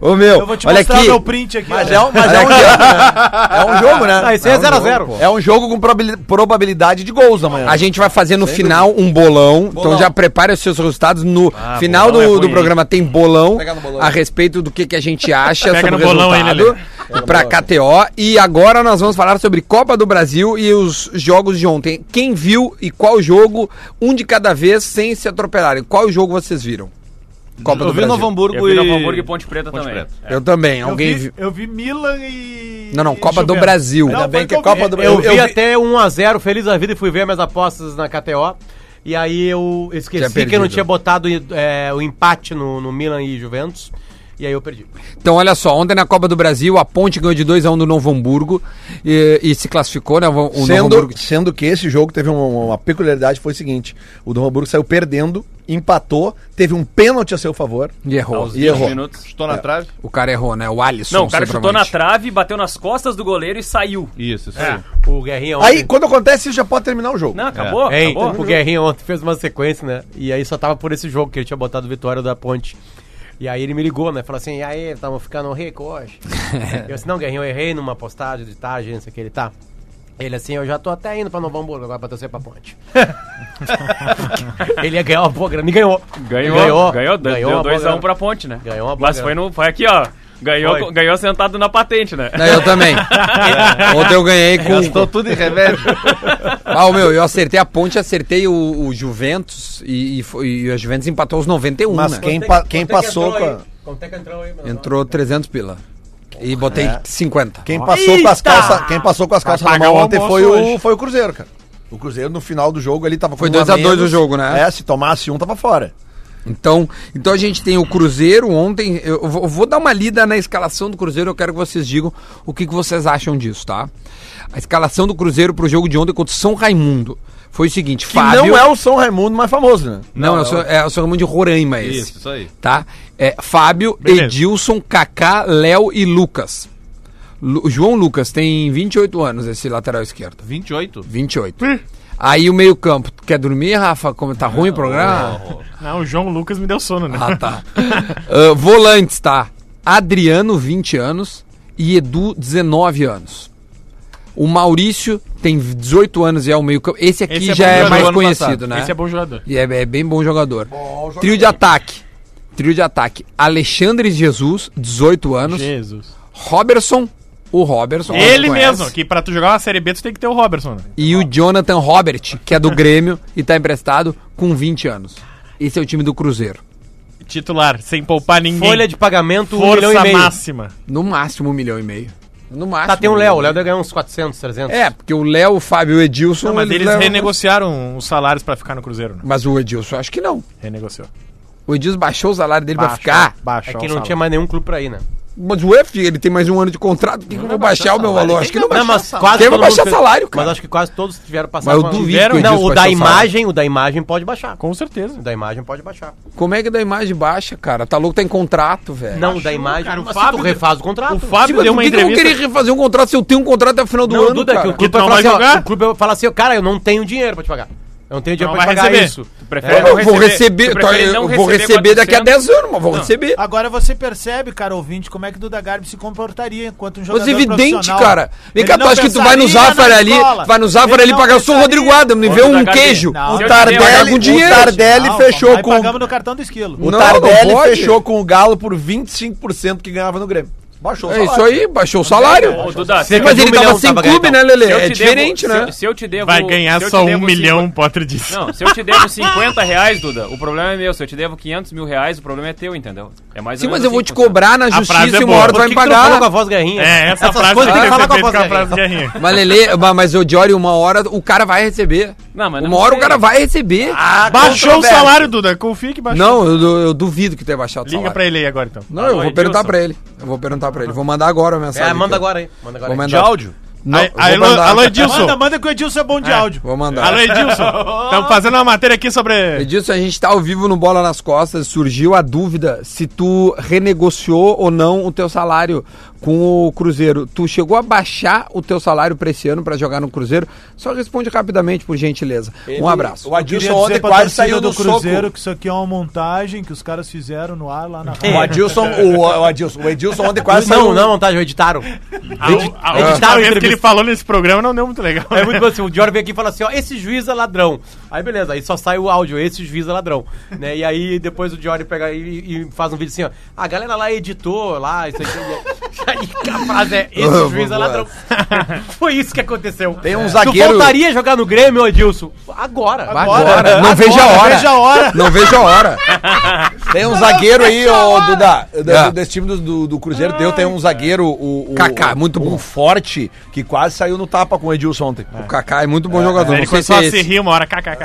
Ô, meu,
Eu vou te
olha
mostrar
aqui.
meu print aqui.
Mas
olha.
é um, mas é um jogo, né? É um jogo, né?
Ah, esse aí é
um
0 a
jogo,
0.
pô. É um jogo com probabil- probabilidade de gols na manhã.
A gente vai fazer no final um bolão. Então já prepare os seus resultados. No
Ah,
final do,
bolão é ruim,
do
hein?
programa tem bolão,
Pega no bolão.
a respeito do que, que a gente acha
Pega
sobre o
no bolão aí,
resultado
Lelê.
para KTO. E agora nós vamos falar sobre Copa do Brasil e os jogos de ontem. Quem viu e qual jogo, um de cada vez, sem se atropelarem. Qual jogo vocês viram? Copa do
eu vi
Brasil.
Novo Hamburgo
Eu vi
e.
Novo Hamburgo e Ponte Preta também.
Preta.
É.
Eu também.
Eu
Alguém
vi,
viu?
eu vi Milan e.
Não, não,
e
Copa do
Juventus.
Brasil.
Não,
Ainda
foi
bem
o
que é
eu
Copa do
Eu,
Brasil.
vi até 1x0, feliz da vida, e fui ver minhas apostas na KTO. E aí eu
Tinha
esqueci que eu
perdido.
não tinha botado é, o empate no, no Milan e Juventus. E aí eu perdi.
Então, olha só, ontem na Copa do Brasil, a Ponte ganhou de 2x1 do Novo Hamburgo e, e se classificou, né? O o Novo
Sendo,
Hamburgo.
sendo que esse jogo teve uma, uma peculiaridade, foi o seguinte: o Novo Hamburgo saiu perdendo, empatou, teve um pênalti a seu favor.
E errou.
Aos
E
20
errou. É.
minutos.
Chutou na trave?
O cara errou, né? O Alisson.
Não, o cara chutou na
centroavante.
trave, bateu nas costas do goleiro e saiu.
Isso, isso.
É.
aí.
O Guerrinha ontem.
Aí, quando acontece isso, já pode terminar o jogo.
É.
Não, acabou,
Hein,
acabou.
o Guerrinha ontem fez uma sequência, né? E aí só tava por esse jogo que ele tinha botado vitória da ponte. E aí ele me ligou, né? Falou assim, e aí, tamo ficando rico hoje. eu disse, não, Guerrinha, eu errei numa postagem de tarde, não sei o que, ele tá. Ele assim, eu já tô até indo pra Novo Hamburgo agora pra torcer pra ponte. ele ia ganhar uma boa grana e ganhou.
Ganhou,
Ele
ganhou, deu-
ganhou uma boa
deu 2x1
grana.
pra ponte, né?
Ganhou uma boa
Mas foi,
grana.
no, foi aqui, ó. Ganhou,
Foi.
ganhou sentado na patente, né?
Não, eu também. Ontem eu ganhei com.
Gastou tudo em remédio.
Ah, o meu, eu acertei a ponte, acertei o, o Juventus e, e, foi- e a Juventus empatou os 91,
Mas
né?
quem, pa- quem passou com a-
Quanto é que entrou aí? meu irmão?
Entrou 300 pila. E botei 50.
É. quem passou com as calças, quem passou com as calças na
pagar
mão
o
ontem
almoço
foi o,
hoje.
foi o Cruzeiro, cara. O Cruzeiro no final do jogo ali tava com
Foi
um
2 a
menos.
2 o jogo, né?
É, se tomasse um, tava fora.
Então, então a gente tem o Cruzeiro ontem. Eu vou, eu vou dar uma lida na escalação do Cruzeiro. Eu quero que vocês digam o que, que vocês acham disso, tá? A escalação do Cruzeiro pro jogo de ontem contra o São Raimundo foi o seguinte:
Que
Fábio.
não é o São Raimundo mais famoso, né?
Não, é o São- é o São Raimundo de Roraima esse.
Isso, isso aí.
Tá? É, Fábio,
Beleza.
Edilson, Kaká, Léo e Lucas. Lu- João Lucas tem 28 anos, esse lateral esquerdo.
28?
28. Aí o meio-campo. Tu Quer dormir, Rafa? Como tá ruim o programa?
Não, o João Lucas me deu sono, né?
Ah, tá. Ah, volantes, tá? Adriano, 20 anos, e Edu, 19 anos. O Maurício tem 18 anos e é o meio campo. Esse aqui
Esse é
já
bom
é
jogador
mais
do ano
conhecido,
passado.
né?
Esse é bom jogador.
E é, é bem bom jogador. Trio de ataque. Trio de ataque. Alexandre Jesus, 18 anos.
Jesus.
Robertson, o Robertson.
Ele
você conhece.
mesmo, que pra tu jogar uma Série B, tu tem que ter o Robertson, né?
E o Jonathan Robert, que é do Grêmio e tá emprestado com 20 anos. Esse é o time do Cruzeiro.
Titular, sem poupar ninguém.
Folha de um pagamento,
Força máxima.
No máximo um milhão e meio. No máximo.
Tá, tem o
um
Léo. O
milhão.
Léo deve ganhar uns 400, 300.
É, porque o Léo, o Fábio e o Edilson.
Não, mas eles
levam-
renegociaram os salários pra ficar no Cruzeiro, né?
Mas o Edilson, eu acho que não.
Renegociou.
O Edilson baixou o salário dele pra
Baixou-
ficar.
Baixou
É que
o
não
salário.
tinha mais nenhum clube pra ir, né?
Mas o EF, ele tem mais um ano de contrato, por que que eu vou baixar o meu valor? Acho que não baixar.
Não, mas quase
Quem vai
todo mundo
baixar
fez-
salário, cara?
Mas acho que quase todos tiveram
Mas
passado.
eu duvido que o
Não,
Edilson baixou
o da
o salário.
imagem, o da imagem pode baixar.
Com certeza.
O da imagem pode baixar.
Como é que dá imagem baixa, cara? Tá louco, tá em contrato, velho.
Não, o da imagem.
cara, o
mas
Fábio-
tu refaz o contrato.
O
Sim,
Fábio
mas
deu
por
uma
que, que eu vou
entrevista.
querer refazer um contrato se eu tenho um contrato até o final do
Não,
ano,
Duda, que
cara?
o clube
tu não
vai falar
vai
assim, ó,
jogar?
o clube vai falar assim, ó, cara, eu não tenho dinheiro pra te pagar. Eu não tenho dinheiro
Não
pra te
vai
pagar
receber.
isso.
Tu prefere
É, Eu
não
vou
tu
receber, tá,
prefere
eu
não
vou receber daqui a
400.
10 anos, mas vou receber.
Agora você percebe, cara, ouvinte, como é que Duda Garbi se comportaria enquanto um jogador
Mas evidente,
profissional.
cara. Vem
Ele
cá, tu
não
acha que tu vai no
pensaria
Zafar
na
ali,
escola.
vai no Zafar
Ele
ali
não
pagar, eu sou o
pensaria.
Rodrigo Adam, me
Ô,
vê um
Duda Garbi,
queijo.
não,
O
se eu
Tardelli,
tiver algum
o
dinheiro.
Tardelli
Não,
fechou
aí
com...
pagamos no cartão do esquilo.
O
Não,
Tardelli
não pode.
fechou com o Galo por 25% que ganhava no Grêmio. Baixou o
É isso
salário.
aí, baixou o salário.
Ô, Duda,
Sim, mas
de um
ele tava
milhão
sem
tava
clube,
ganhando.
né,
se
Lele?
eu
É
te
diferente,
devo-
né?
Se, se eu te devo,
Vai ganhar
se eu te
só um
devo
milhão,
cinquenta-
Potter disse.
Não, se eu te devo 50 reais, Duda, o problema é meu. Se eu te devo 500 mil reais, o problema é teu, entendeu? É mais ou
Sim,
menos
mas eu
assim
vou
que
te
funciona.
cobrar na
frase
justiça
é
e uma
boa.
hora
Por
tu vai me
que tu não falou com a
pagar.
voz guerrinha?
É, essa
Essas coisas
frase tem
tem
que
que
ser
falar com a
feita
voz
com a
guerrinha.
frase guerrinha.
Mas Lele, mas- mas o Diori, uma hora o cara vai receber.
Não, mas não
Uma hora o
sei.
cara vai receber.
Tá Baixou o salário, Duda. Confia que baixou.
Não, eu, du- eu duvido que tenha baixado o
Liga
salário.
pra ele aí agora, então.
Não, eu
Alô,
vou perguntar
Edilson.
pra ele. Eu vou perguntar pra ele. Vou mandar agora a mensagem.
É, manda
aqui, ó.
agora aí. Manda agora
Vou
aí.
mandar.
De áudio?
Não,
Aí-
vou
Alô,
mandar.
alô, Edilson.
Manda, manda que o Edilson é bom de áudio.
Vou mandar.
Alô, Edilson. Estamos fazendo uma matéria aqui sobre...
Edilson, a gente tá ao vivo no Bola nas Costas. Surgiu a dúvida se tu renegociou ou não o teu salário com o Cruzeiro. Tu chegou a baixar o teu salário pra esse ano pra jogar no Cruzeiro? Só responde rapidamente, por gentileza. Um abraço.
O
Queria
Adilson
dizer
ontem
pra
quase
torcida
saiu do
Cruzeiro
Cruzeiro.
que isso aqui é uma montagem que os caras fizeram no
É.
ar lá na
O Adilson, o, o Adilson, o Edilson ontem quase saiu.
Não, não, não, tá, já editaram.
A, a, a
Editaram
última vez que
entrevista.
ele falou nesse programa não deu muito legal. né?
É muito bom assim, o Dior vem aqui e fala assim, ó, esse juiz é ladrão. Aí beleza, aí só sai o áudio, esse juiz é ladrão. Né? E aí depois o Dior pega e, e faz um vídeo assim, ó, a galera lá editou, lá, isso aqui. E a frase é, esse juiz é ladrão. Foi isso que aconteceu.
Tem um
Tu
zagueiro.
voltaria a jogar no Grêmio, Edilson? Agora.
Agora. Não vejo a hora. Não vejo a hora.
Tem um zagueiro aí, ô Duda.
Ah.
da- Desse time do, do, do Cruzeiro teu, tem um zagueiro, o, o
Kaká, muito
um
bom.
forte, que quase saiu no tapa com o Edilson ontem.
O Kaká é muito bom jogador.
Ele
Não sei se
começou
é
a se
esse.
rir uma hora. kkkk.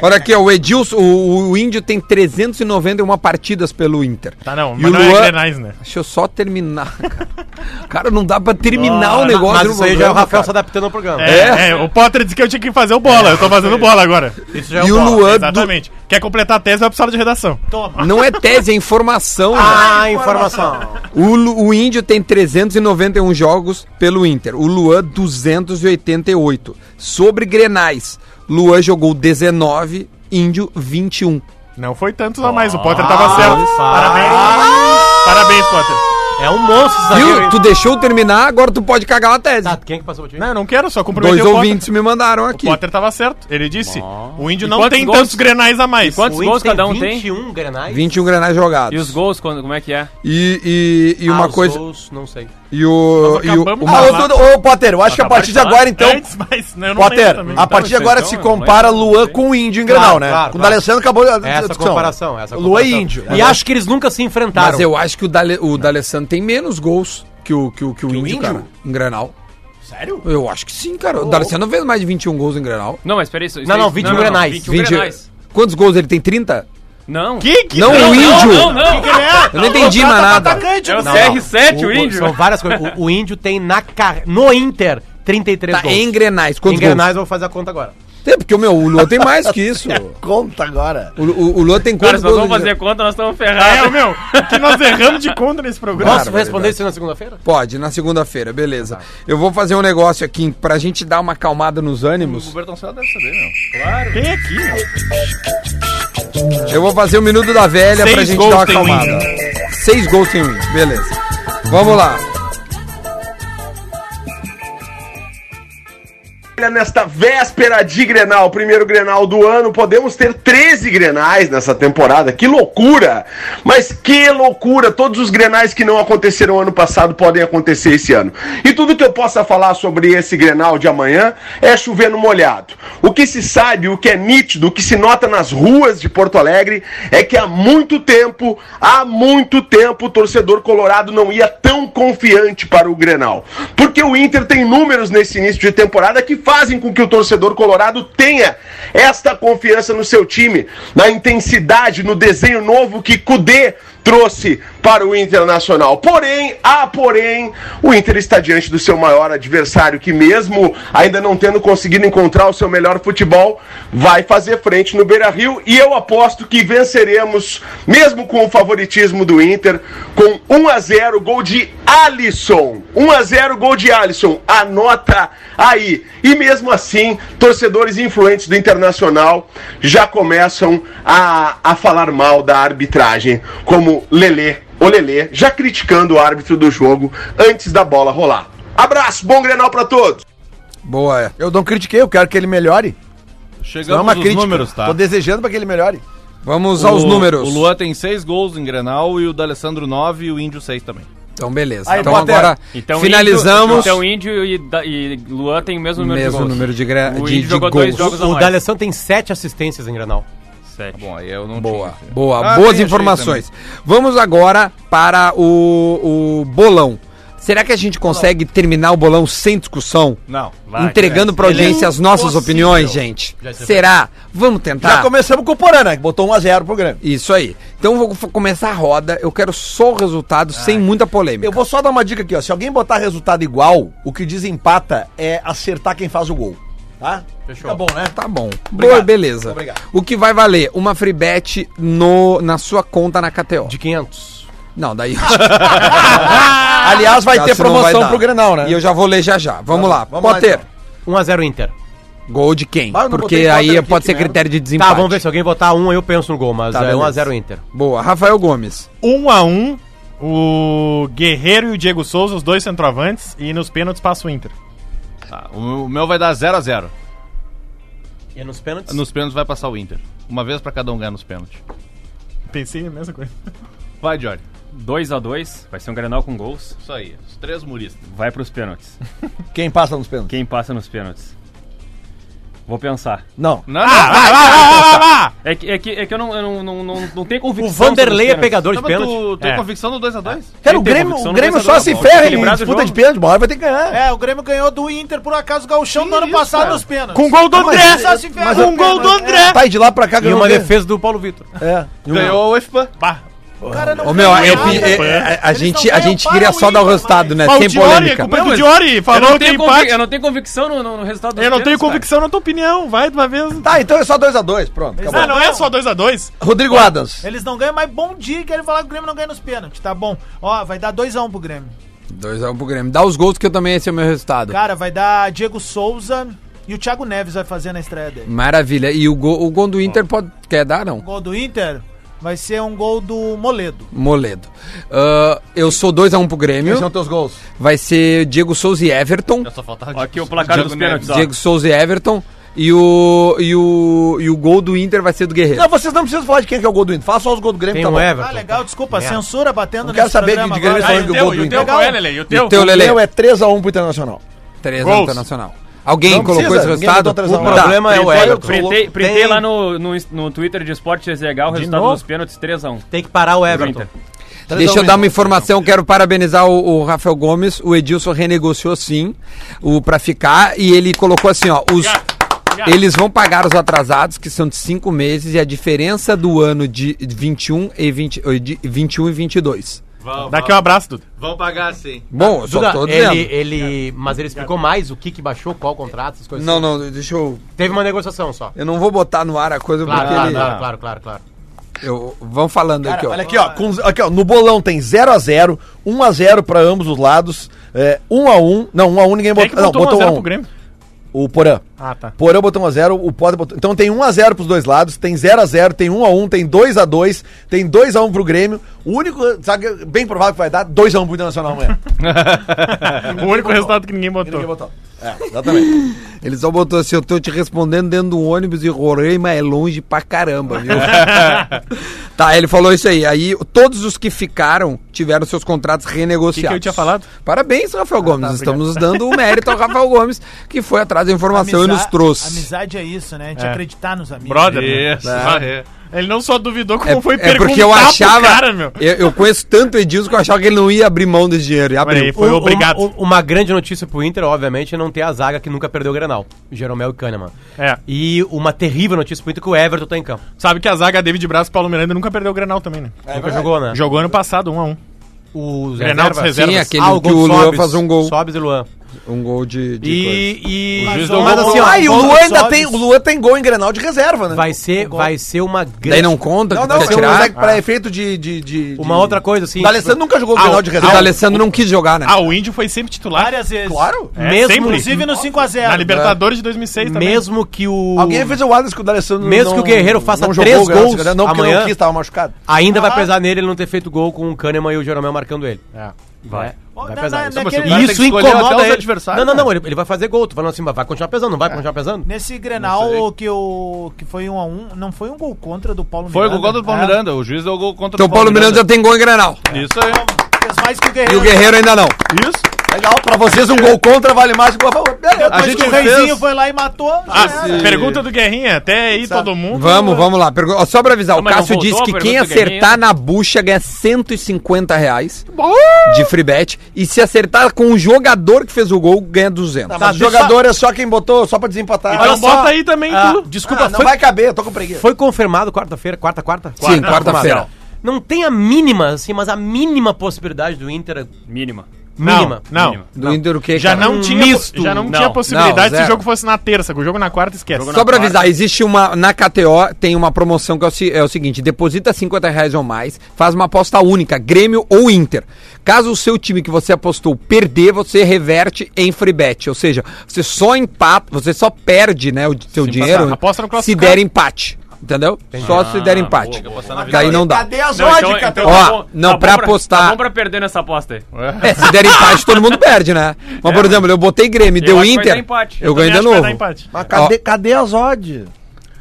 Olha aqui, ó, o Edilson, o, o Índio tem 391 partidas pelo Inter.
Tá não,
e o
mas não é
Luan,
Grenais, né?
Deixa eu só terminar, cara. Cara, não dá pra terminar o negócio.
Mas
do
isso aí já é o
programa,
Rafael
cara.
se adaptando ao programa.
É, é, o Potter disse que eu tinha que fazer o bola. eu tô fazendo bola agora.
Isso já é
E o
o bola.
Luan do-
Exatamente. Quer completar a tese, vai pro sala de redação.
Não é tese, é informação.
Ah, informação.
velho. O, Lu- o Índio tem 391 jogos pelo Inter. O Luan, 288. Sobre Grenais, Luan jogou 19, Índio, 21.
Não foi tantos a mais, o Potter tava certo. Parabéns. Parabéns, Potter.
É um monstro esse zagueiro.
Viu?
hein?
Tu deixou eu terminar, agora tu pode cagar a tese.
Tá, quem é que passou o time?
Não, eu não quero, só comprometer
Dois
o Potter.
ouvintes me mandaram
O
aqui.
Potter tava certo. Ele disse, o índio
E
não
quantos
tem
gols?
tantos grenais a mais.
E quantos
Inter
gols cada um tem?
21 grenais.
21 Grenais jogados.
E os gols, quando, como é que é?
E, e, e uma
Ah, os
coisa.
gols, não sei.
E o.
Nós
E o
acabamos
uma-
de
Ah,
falar.
ô, Duda, ô Potter, eu acho que a
Acabaram
partir
de
de
falar
agora, então.
Antes, mas né, eu não
Potter,
lembro também.
a partir de agora
então,
se
um
né?
compara
Mas-
Luan com o Índio em
Claro,
Grenal, né?
claro,
com o
claro.
D'Alessandro acabou a
É Essa
discussão.
comparação, é essa
Lua e
comparação.
Índio.
E acho que eles nunca se enfrentaram.
é Mas eu acho que o, Dale, o D'Alessandro tem menos gols que o, que o, que o Índio, cara, em Grenal. Sério? Eu acho que sim, cara. O D'Alessandro não fez mais de 21 gols em Grenal.
Não, mas peraí. isso- isso
Não,
aí-
não, 21 Grenais.
21
20
Grenais.
Quantos gols ele tem? 30?
Não.
Que que
é? Não, o Índio!
Não, não, não.
Eu não entendi mais nada.
Atacante,
É o
Não,
CR7, o,
o-
índio.
São várias coisas. O, o índio tem na car... no Inter 33
Tá,
gols.
em Grenais.
Em
Quantos
Grenais eu vou fazer a conta agora.
gols? Tem, porque o meu, o Luan tem mais que isso.
Conta agora.
O, o, o Luan tem
Cara,
quantos
se nós
gols? em-
vamos fazer conta, nós estamos
É,
ferrados.
o meu, o que nós erramos de conta nesse programa.
Posso responder isso na segunda-feira?
Pode, na segunda-feira,
Tá.
beleza. Eu vou fazer um negócio aqui pra gente dar uma acalmada nos
O
ânimos.
Berton Céu deve saber, meu.
Tem aqui, meu.
Eu vou fazer o Minuto da Velha pra
Seis
gente
gols
dar uma
tem o
acalmada. Seis gols tem um, beleza. Vamos lá.
Olha, nesta véspera de Grenal, primeiro Grenal do ano, podemos ter 13 Grenais nessa temporada. Que loucura! Mas que loucura! Todos os Grenais que não aconteceram ano passado podem acontecer esse ano. E tudo que eu possa falar sobre esse Grenal de amanhã é chover no molhado. O que se sabe, o que é nítido, o que se nota nas ruas de Porto Alegre é que há muito tempo, há muito tempo, o torcedor colorado não ia tão confiante para o Grenal. Porque o Inter tem números nesse início de temporada que fazem com que o torcedor colorado tenha esta confiança no seu time, na intensidade, no desenho novo que Cudê trouxe para o Internacional. Porém, ah, porém, o Inter está diante do seu maior adversário, que mesmo ainda não tendo conseguido encontrar o seu melhor futebol, vai fazer frente no Beira Rio e eu aposto que venceremos, mesmo com o favoritismo do Inter, com 1 a 0 gol de Alisson. 1 a 0 gol de Alisson. Anota aí. E mesmo assim, torcedores influentes do Internacional já começam a, a falar mal da arbitragem, como Lelê, o Lelê, já criticando o árbitro do jogo antes da bola rolar. Abraço, bom Grenal pra todos.
Boa, é. Eu não critiquei, eu quero que ele melhore.
Chegamos
Não é uma
aos
crítica.
números, tá?
Tô desejando pra que ele melhore. Vamos
O- O Luan tem seis gols em Grenal e o D'Alessandro nove e o Índio seis também.
Então, beleza. Aí, Então, Potter. agora finalizamos.
Índio, então Índio e, da- e Luan tem o mesmo número
Mesmo
de gols.
número de gra-
O
de-
Índio
de
jogou dois
gols.
jogos a
O
mais.
D'Alessandro tem sete assistências em Granal.
Sete.
Bom, aí eu não
Boa, boa,
Ah,
boas informações. Vamos agora para o, o bolão. Será que a gente consegue terminar o bolão sem discussão?
Não,
Vai, Entregando pra
é
audiência as nossas opiniões, gente. Será? Vamos tentar?
Já começamos com o Porana, que botou 1x0 pro Grêmio.
Isso aí. Então vou f- começar a roda. Eu quero só o resultado sem muita polêmica.
Eu vou só dar uma dica aqui, ó. Se alguém botar resultado igual, o que desempata é acertar quem faz o gol. Tá? Fechou. Tá bom, né?
Tá bom.
Obrigado.
Boa, beleza.
Obrigado.
O que vai valer? Uma free bet no, na sua conta na KTO.
De 500.
Não, daí.
Aliás, vai
Já
ter
se não vai
promoção
dar.
pro Grenal, né?
E eu já vou ler já já. Vamos lá.
vamos lá,
Potter.
então.
1x0 Inter. Tá,
Gol de quem?
Mas eu não
Porque
botei
aí
Potter aqui,
pode
que
ser
merda.
critério de desempate.
Tá, vamos ver. Se alguém botar um, eu penso no gol, mas
Tá,
é
beleza.
1x0 Inter.
Boa. Rafael Gomes.
1 a 1 o Guerreiro e o Diego Souza, os dois centroavantes, e nos pênaltis passa o Inter.
Tá, o, o meu vai dar 0 a 0
E é nos pênaltis?
Nos pênaltis vai passar o Inter. Uma vez pra cada um ganhar nos pênaltis.
Pensei a mesma coisa.
Vai, Jorge.
2x2, vai ser um Grenal com gols.
Isso aí. Os três muristas.
Vai pros pênaltis.
Quem passa nos pênaltis?
Quem passa nos pênaltis? Vou pensar.
Não.
Não, não,
É que, é que, é que eu não, eu não, não, não, não tenho convicção.
O Vanderlei é
sobre os pênaltis.
pegador de
não mas
pênalti.
tu tem
É.
convicção no 2x2?
Cara, o
Quem tem
Grêmio,
convicção
o
não
Grêmio
vai
só
jogar
se
bola.
ferra em
Equilibrado o
disputa
jogo.
de pênalti, uma hora vai ter que ganhar.
É, o Grêmio ganhou do Inter, por acaso, Galchão no ano passado nos pênaltis.
Com gol do
Mas
André!
só se ferra
Mas
no
um gol do
pênalti.
É.
André!
Tá, e de lá pra cá
E
ganhou
uma
o quê?
defesa do Paulo Vitor.
É.
Ganhou o FPA.
O cara não
Ô, meu,
ganhou
eu
nada,
fi- é,
velho.
é, a,
Eles
gente,
não
a gente
ganham
queria
para
só
o
dar o
Inter,
resultado,
mas-
né?
Ah,
Sem polêmica.
culpa
Não,
do
mas-
Diori,
Eu
falou
não,
que
tenho
empate.
convic- eu não tenho convicção no, no- no resultado dos
Eu não tenho
pênaltis, cara.
convicção na tua opinião, vai de uma vez.
Tá, então é só 2x2, pronto. acabou.
Ah, não é só 2x2.
Rodrigo Adams.
Eles não ganham, mas bom dia que ele falar que o Grêmio não ganha nos pênaltis, tá bom. Ó, vai dar 2x1 pro Grêmio.
2x1 pro Grêmio. Dá os gols que eu também esse é o meu resultado.
Cara, vai dar Diego Souza e o Thiago Neves vai fazer na estreia dele.
Maravilha. E o gol, o gol do Inter pode. Quer dar,
O
não?
gol do Inter vai ser um gol do Moledo.
Moledo. Ah, eu sou 2x1 pro Grêmio.
Quais são teus é gols?
Vai ser Diego Souza e Everton.
Já só faltava
Aqui o placar
Diego
dos
Neves.
pênaltis, ó.
Diego Souza e Everton. E o, e, o, e o gol do Inter vai ser do Guerreiro.
Não, vocês não precisam falar de quem que é o gol do Inter. Fala só os gols do Grêmio,
Tem
tá
um
bom.
Everton.
Ah, legal, desculpa, censura batendo
Não quero saber de Grêmio
tá
agora.
falando que o gol do Inter.
Legal.
é,
Lele? E o
E o
teu?
teu,
O
Lelê?
meu é 3x1 pro Internacional.
3
Gols.
Internacional. Alguém
Não
colocou
precisa,
esse
ninguém
resultado?
botou 3 a 1.
Tá.
O
problema é o
Printei-
Everton.
Printei, printei
Tem-
lá no, no, no Twitter de Esporte GZH o resultado
novo?
dos pênaltis 3x1.
Tem que parar o
Pro
Everton.
Inter.
Deixa eu dar uma informação, quero parabenizar o, o Rafael Gomes. O Edilson renegociou sim o para ficar e ele colocou assim, ó, os eles vão pagar os atrasados, que são de cinco meses, e a diferença do ano de 21 e, 20, eh, de 21 e 22.
Vão,
Dá aqui um abraço, Dudu.
vão pagar sim.
Bom, eu só
Duda,
tô dizendo.
ele, ele, mas ele explicou mais o que, que baixou, qual contrato, essas coisas.
Não, não, deixa eu.
Teve uma negociação só.
Eu não vou botar no ar a coisa
Claro,
porque
claro,
ele.
claro, claro, claro, claro.
Eu, vão falando aqui, ó.
Olha aqui, ó, com, aqui, ó. No bolão tem 0x0, 1x0 pra ambos os lados, é, 1x1. Não, 1x1 ninguém
Quem é que
botou. Não,
botou
botou
1x0
1x1.
pro Grêmio?
O Porã.
Ah, tá.
Porã botou 1x0, o Potter botou. Então tem 1x0 pros dois lados, tem 0x0, tem 1x1, tem 2x2, tem 2x1 pro Grêmio. O único, sabe, bem provável que vai dar 2x1 pro Internacional amanhã.
O único resultado que ninguém botou.
Ninguém botou. É, exatamente.
Ele só botou assim, eu tô te respondendo dentro do ônibus e Roraima é longe pra caramba, viu? tá, ele falou isso aí. Aí todos os que ficaram tiveram seus contratos renegociados.
Que que eu tinha falado? Ah, tá,
Parabéns, Rafael Gomes. Estamos dando o mérito ao Rafael Gomes, que foi atrás da informação e nos trouxe.
Amizade é isso, né? A gente
É.
acreditar nos amigos.
Brother. né?
Isso. Ah, é.
Ele não só duvidou, como
É,
foi
é porque eu
pro
achava.
cara, meu.
Eu, eu conheço tanto o Edilson que eu achava que ele não ia abrir mão desse dinheiro. E abriu.
O- o- o- Um, uma grande notícia pro Inter, obviamente, é não ter a zaga que nunca perdeu o Granal. Jeromel e Kahneman.
É.
E uma terrível notícia pro Inter que o Everton tá em campo.
Sabe que a zaga David Braz e Paulo Miranda nunca perdeu o Grenal também, né?
Nunca jogou, né?
Jogou ano passado, 1 a 1
O
Grenal dos reservas.
É
Sim, aquele
Ah, o
que
gol
o
do
Luan
Sobis.
faz um gol.
Sobes e Luan.
Um gol de. de
E, e...
Mas
deu
Mas
gol
assim,
no-
ó, ah, e o
gol no
Luan ainda
Sobis.
tem, o Luan tem gol em Grenal de reserva, né?
Vai ser, vai ser uma grande...
Daí não conta?
Não,
que
não,
vai
mas
tirar?
é que pra efeito de... de, de
Uma
de-
outra coisa, assim...
O D'Alessandro nunca jogou o
Ah,
Grenal de
o-
reserva.
O Alessandro não quis jogar, né?
Ah, o Índio foi sempre titular?
Várias vezes.
Claro.
É,
Mesmo-
sempre.
Inclusive no 5x0.
Na Libertadores de 2006 também.
Mesmo que o...
Alguém fez o Wallace que o D'Alessandro
Mesmo
não-
que o Guerreiro faça
não jogou
três
o Grenal de
gols
reserva. Não, porque
amanhã,
não quis, tava machucado.
ainda vai
Ah.
pesar nele ele não ter feito gol com o Kahneman e o Jeromel marcando ele.
É.
Vai.
Ó,
Vai
na-
pesar
na-
isso.
naquele-
mas o
E
Vai ter
isso
que escolher até
incomoda
os
ele.
adversários,
não, não, não,
né? É.
ele, ele vai fazer gol. Tu falando assim, mas vai continuar pesando, não vai continuar pesando?
Nesse Grenal que, o, que foi 1 a 1 não foi um gol contra do Paulo
Foi o
Miranda.
gol contra o Paulo
É.
Miranda. O juiz deu o gol contra
Então o Paulo Miranda
né?
já tem gol em Grenal.
Isso aí.
Fez mais que o
E
Guerreiro.
o Guerreiro ainda não.
Isso.
Legal, pra vocês um gol contra vale mais que um gol a favor. Beleza.
A
Depois
gente
que o
fez-
Reizinho foi lá e matou.
Ah,
já era.
esse-
pergunta do Guerrinha, até aí todo mundo.
Vamos, vamos lá. Pergu- ó, Só pra avisar,
Não,
o
mas não
Cássio
voltou
disse
a
que
pergunta é
quem
do Guerrinha?
acertar na bucha ganha 150 reais de free bet. E se acertar com o jogador que fez o gol, ganha 200.
Tá, jogador é só quem botou, só pra desempatar.
Então
Olha só.
bota aí também
Ah,
tu.
desculpa,
Ah, não
foi,
vai caber, eu tô com preguiça.
foi confirmado quarta-feira, quarta, quarta?
Sim,
Quarta,
quarta-feira.
confirmado. Não tem a mínima, assim, mas a mínima possibilidade do Inter.
Mínima.
Mínima.
Não,
Mínima.
Do Inter o quê,
Já
cara?
não,
Um
tinha,
misto.
já não,
Não,
tinha possibilidade se
zero.
o jogo fosse na terça. com O jogo na quarta esquece.
Só pra avisar, existe uma. Na KTO tem uma promoção que é o, se- é o seguinte: deposita 50 reais ou mais, faz uma aposta única, Grêmio ou Inter. Caso o seu time que você apostou perder, você reverte em free bet. Ou seja, você só empata, você só perde né, o seu dinheiro
passar. Aposta no
se
classificado. Ah,
der empate. Entendeu? Só se der empate. Daí não dá.
Cadê as
Não, então,
ódicas?
então
Ó,
tá bom-
não,
tá
pra
bom
apostar-
Tá bom pra perder nessa aposta aí.
É, se der empate, todo mundo perde, né? Mas,
É,
por exemplo, eu botei Grêmio e
Eu
deu
acho que vai dar
Inter,
empate.
eu ganhei de
Também acho que vai dar
novo.
empate.
Mas cadê, cadê as odds?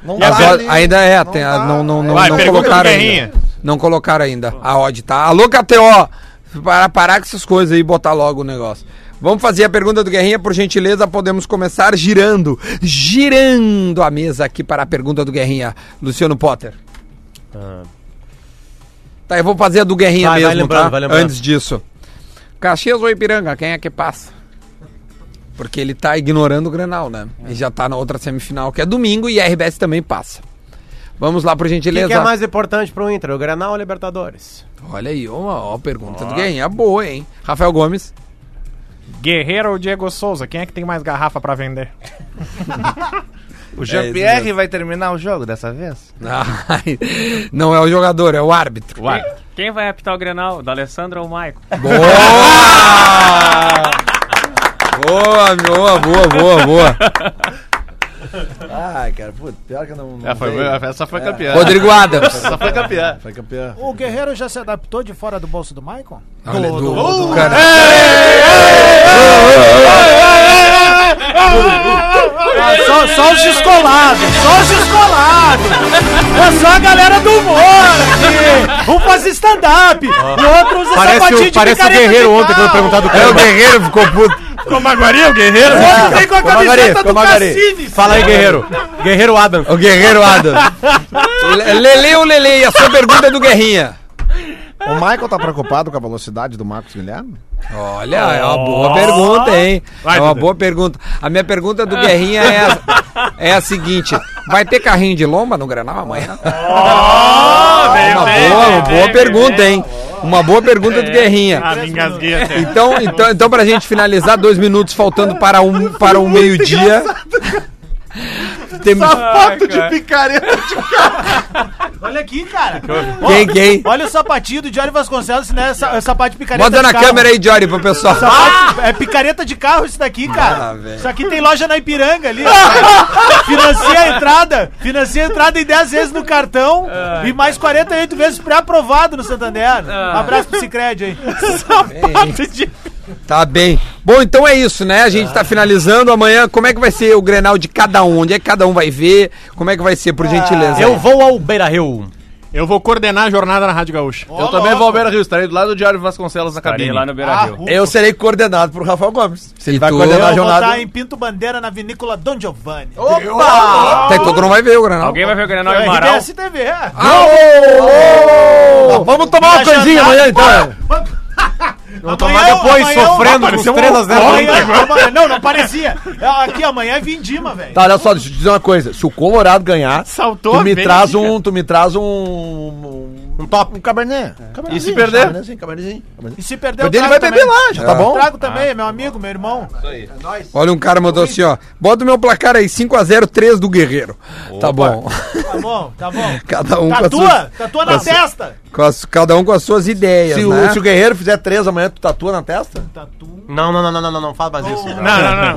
Não
As
tá
o-
ali.
ainda é, tem
tá.
a- não, não, não,
Vai,
não
pergunta do
colocaram
Guerrinha.
ainda. Não colocaram ainda. A odd tá. Alô, KTO! Para parar com essas coisas aí e botar logo o negócio. Vamos fazer a pergunta do Guerrinha, por gentileza, podemos começar girando. Girando a mesa aqui para a pergunta do Guerrinha, Luciano Potter. Tá, eu vou fazer a do Guerrinha
Ah. Vai, vai
mesmo,
lembrando,
tá?
vai lembrando.
Antes disso. Caxias ou Ipiranga, quem é que passa? Porque ele tá ignorando o Grenal, né? E já tá na outra semifinal, que é domingo, e a RBS também passa. Vamos lá, por
O que,
gentileza.
que é mais importante pro Inter? O Granal ou Libertadores?
Olha aí, uma, ó, pergunta do Guerrinha boa, hein? Rafael Gomes.
Guerreiro ou Diego Souza? Quem é que tem mais garrafa pra vender?
É,
O Jean-Pierre vai terminar o jogo dessa vez?
Ai, Não é o jogador, é o árbitro.
Vai.
Quem vai apitar o Grenal? Da Alessandra ou o Maico?
Boa! boa, boa, boa, boa, boa.
Ai, cara, putz, pior que eu não. não
É, foi,
veio.
essa foi campeã.
Rodrigo Adams.
Essa foi campeã.
Foi campeão.
O Guerreiro já se adaptou de fora do bolso do Maicon?
Olha, do, do, cara.
Ah, só, os descolados, só os descolados. É só a galera do humor aqui. Um faz stand-up, o outro usa
Ah. Parece o, parece o Guerreiro ontem quando perguntado
É o
do
Guerreiro ficou puto.
Ficou maguaria o Guerreiro?
Vem com a
Magari,
camiseta
ô,
do
Magari.
Cassini.
Fala aí, Guerreiro. Guerreiro Adam.
O Guerreiro Adam. Le- Lele ou Lele? A sua pergunta é do Guerrinha.
O Michael tá preocupado com a velocidade do Marcos Guilherme?
Olha, é uma boa pergunta, hein?
Vai,
é uma
Dudu.
boa pergunta. A minha pergunta do Guerrinha é a, é a seguinte: vai ter carrinho de lomba no Granal amanhã? Ah,
É,
É uma boa, uma boa pergunta, hein? Uma boa pergunta do
Ah,
Guerrinha.
me engasguei até.
Então, então, então pra gente finalizar, dois minutos faltando para um, para um meio-dia. Temos
Ah,
Foto de
Olha aqui, cara.
quem, quem?
Olha o sapatinho do Diário Vasconcelos, né? Sa- é sapato de picareta
Bota
de
na
carro.
câmera aí, Jory, pro pessoal.
Sapato- É picareta de carro isso daqui, cara.
Ah, velho.
isso aqui tem loja na Ipiranga ali. ó. financia a entrada. Financia a entrada em 10 vezes no cartão
Ah.
e mais 48 vezes pré-aprovado no Santander. Um abraço pro Cicred aí.
Tá bem. Bom, então é isso, né? A gente
Ah.
tá finalizando amanhã. Como é que vai ser o
Ah,
Grenal de cada um? Onde é que cada um vai ver? Como é que vai ser, por gentileza?
Eu vou ao Beira Rio.
Eu vou coordenar a jornada na Rádio Gaúcha.
Eu também vou ao Beira Rio, estarei do lado do Diário Vasconcelos na cabine.
lá no Beira-Rio.
Ah, eu serei coordenado por Rafael Gomes. Se ele vai
Eu vou
coordenar a
votar
jornada.
em Pinto Bandeira na Vinícola Don Giovanni.
Opa! Até que tu não vai ver o Granal.
Alguém vai ver o Grenal e
É,
o Amaral.
RBS TV.
Ah,
Tá, vamos tomar uma
Pra
coisinha
jantar.
amanhã então.
Vamos
tomar depois, sofrendo,
com
com né? os três a zero.
Não, não parecia. Aqui amanhã é Vindima, velho.
Tá, olha só, deixa eu te dizer uma coisa. Se o Colorado ganhar,
Saltou
tu
a
me
vez,
traz
cara.
um, tu me traz um um, top, um cabernet.
É.
E se perder?
Cabernet, cabernet, cabernet.
E se perder, eu
Perder, ele
trago
vai beber
também.
lá, já tá bom?
Trago também, é meu amigo, meu irmão. Isso aí. É nóis.
Olha, um cara mandou assim, ó. Bota o meu placar aí, 5x0, 3 do Guerreiro. Tá bom.
Tá bom, tá bom.
Cada um com as
tatua,
suas-
tatua
com
na
as suas-
testa.
Com as- cada um com as suas ideias,
Se,
né?
o, se o Guerreiro fizer três amanhã, tu tatua na testa?
Não, não, não, não, não, não, não fala mais isso.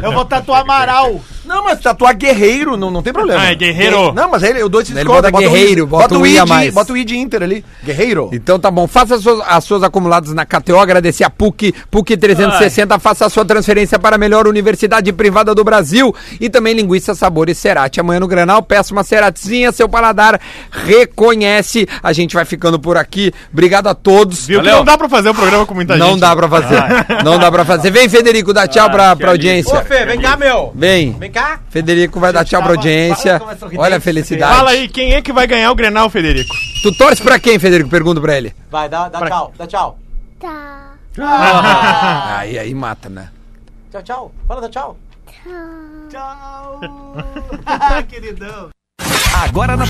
Eu vou tatuar Amaral.
Não, mas tatuar guerreiro não, não tem problema.
Ah, é guerreiro.
Não, mas aí ele- eu dou esse
Ele bota guerreiro, bota um I a mais.
Bota o I de Inter ali. Guerreiro.
Então tá bom, faça as suas, as suas acumuladas na KTO, agradecer a PUC, PUC 360, faça a sua transferência para a melhor universidade privada do Brasil e também linguiça, sabor e cerate. Amanhã no Granal, peça uma ceratinha, seu paladar reconhece. A gente vai ficando por aqui, obrigado a todos.
Viu que não dá pra fazer o programa com muita gente.
Não dá pra fazer, não dá pra fazer. Vem Federico, dá tchau pra,
é
pra audiência.
vem cá, meu.
Vem,
Vem cá.
Federico vai dar tchau pra audiência. Olha a felicidade.
Fala aí, quem é que vai ganhar o Grenal, Federico?
Tu torce pra quem, Federico? Pergunto pra ele.
Vai, dá, dá tchau, dá tchau.
Tá.
Aí, aí mata, né?
Tchau, tchau. Fala, dá tchau.
Tá.
Tchau. Queridão.
Agora na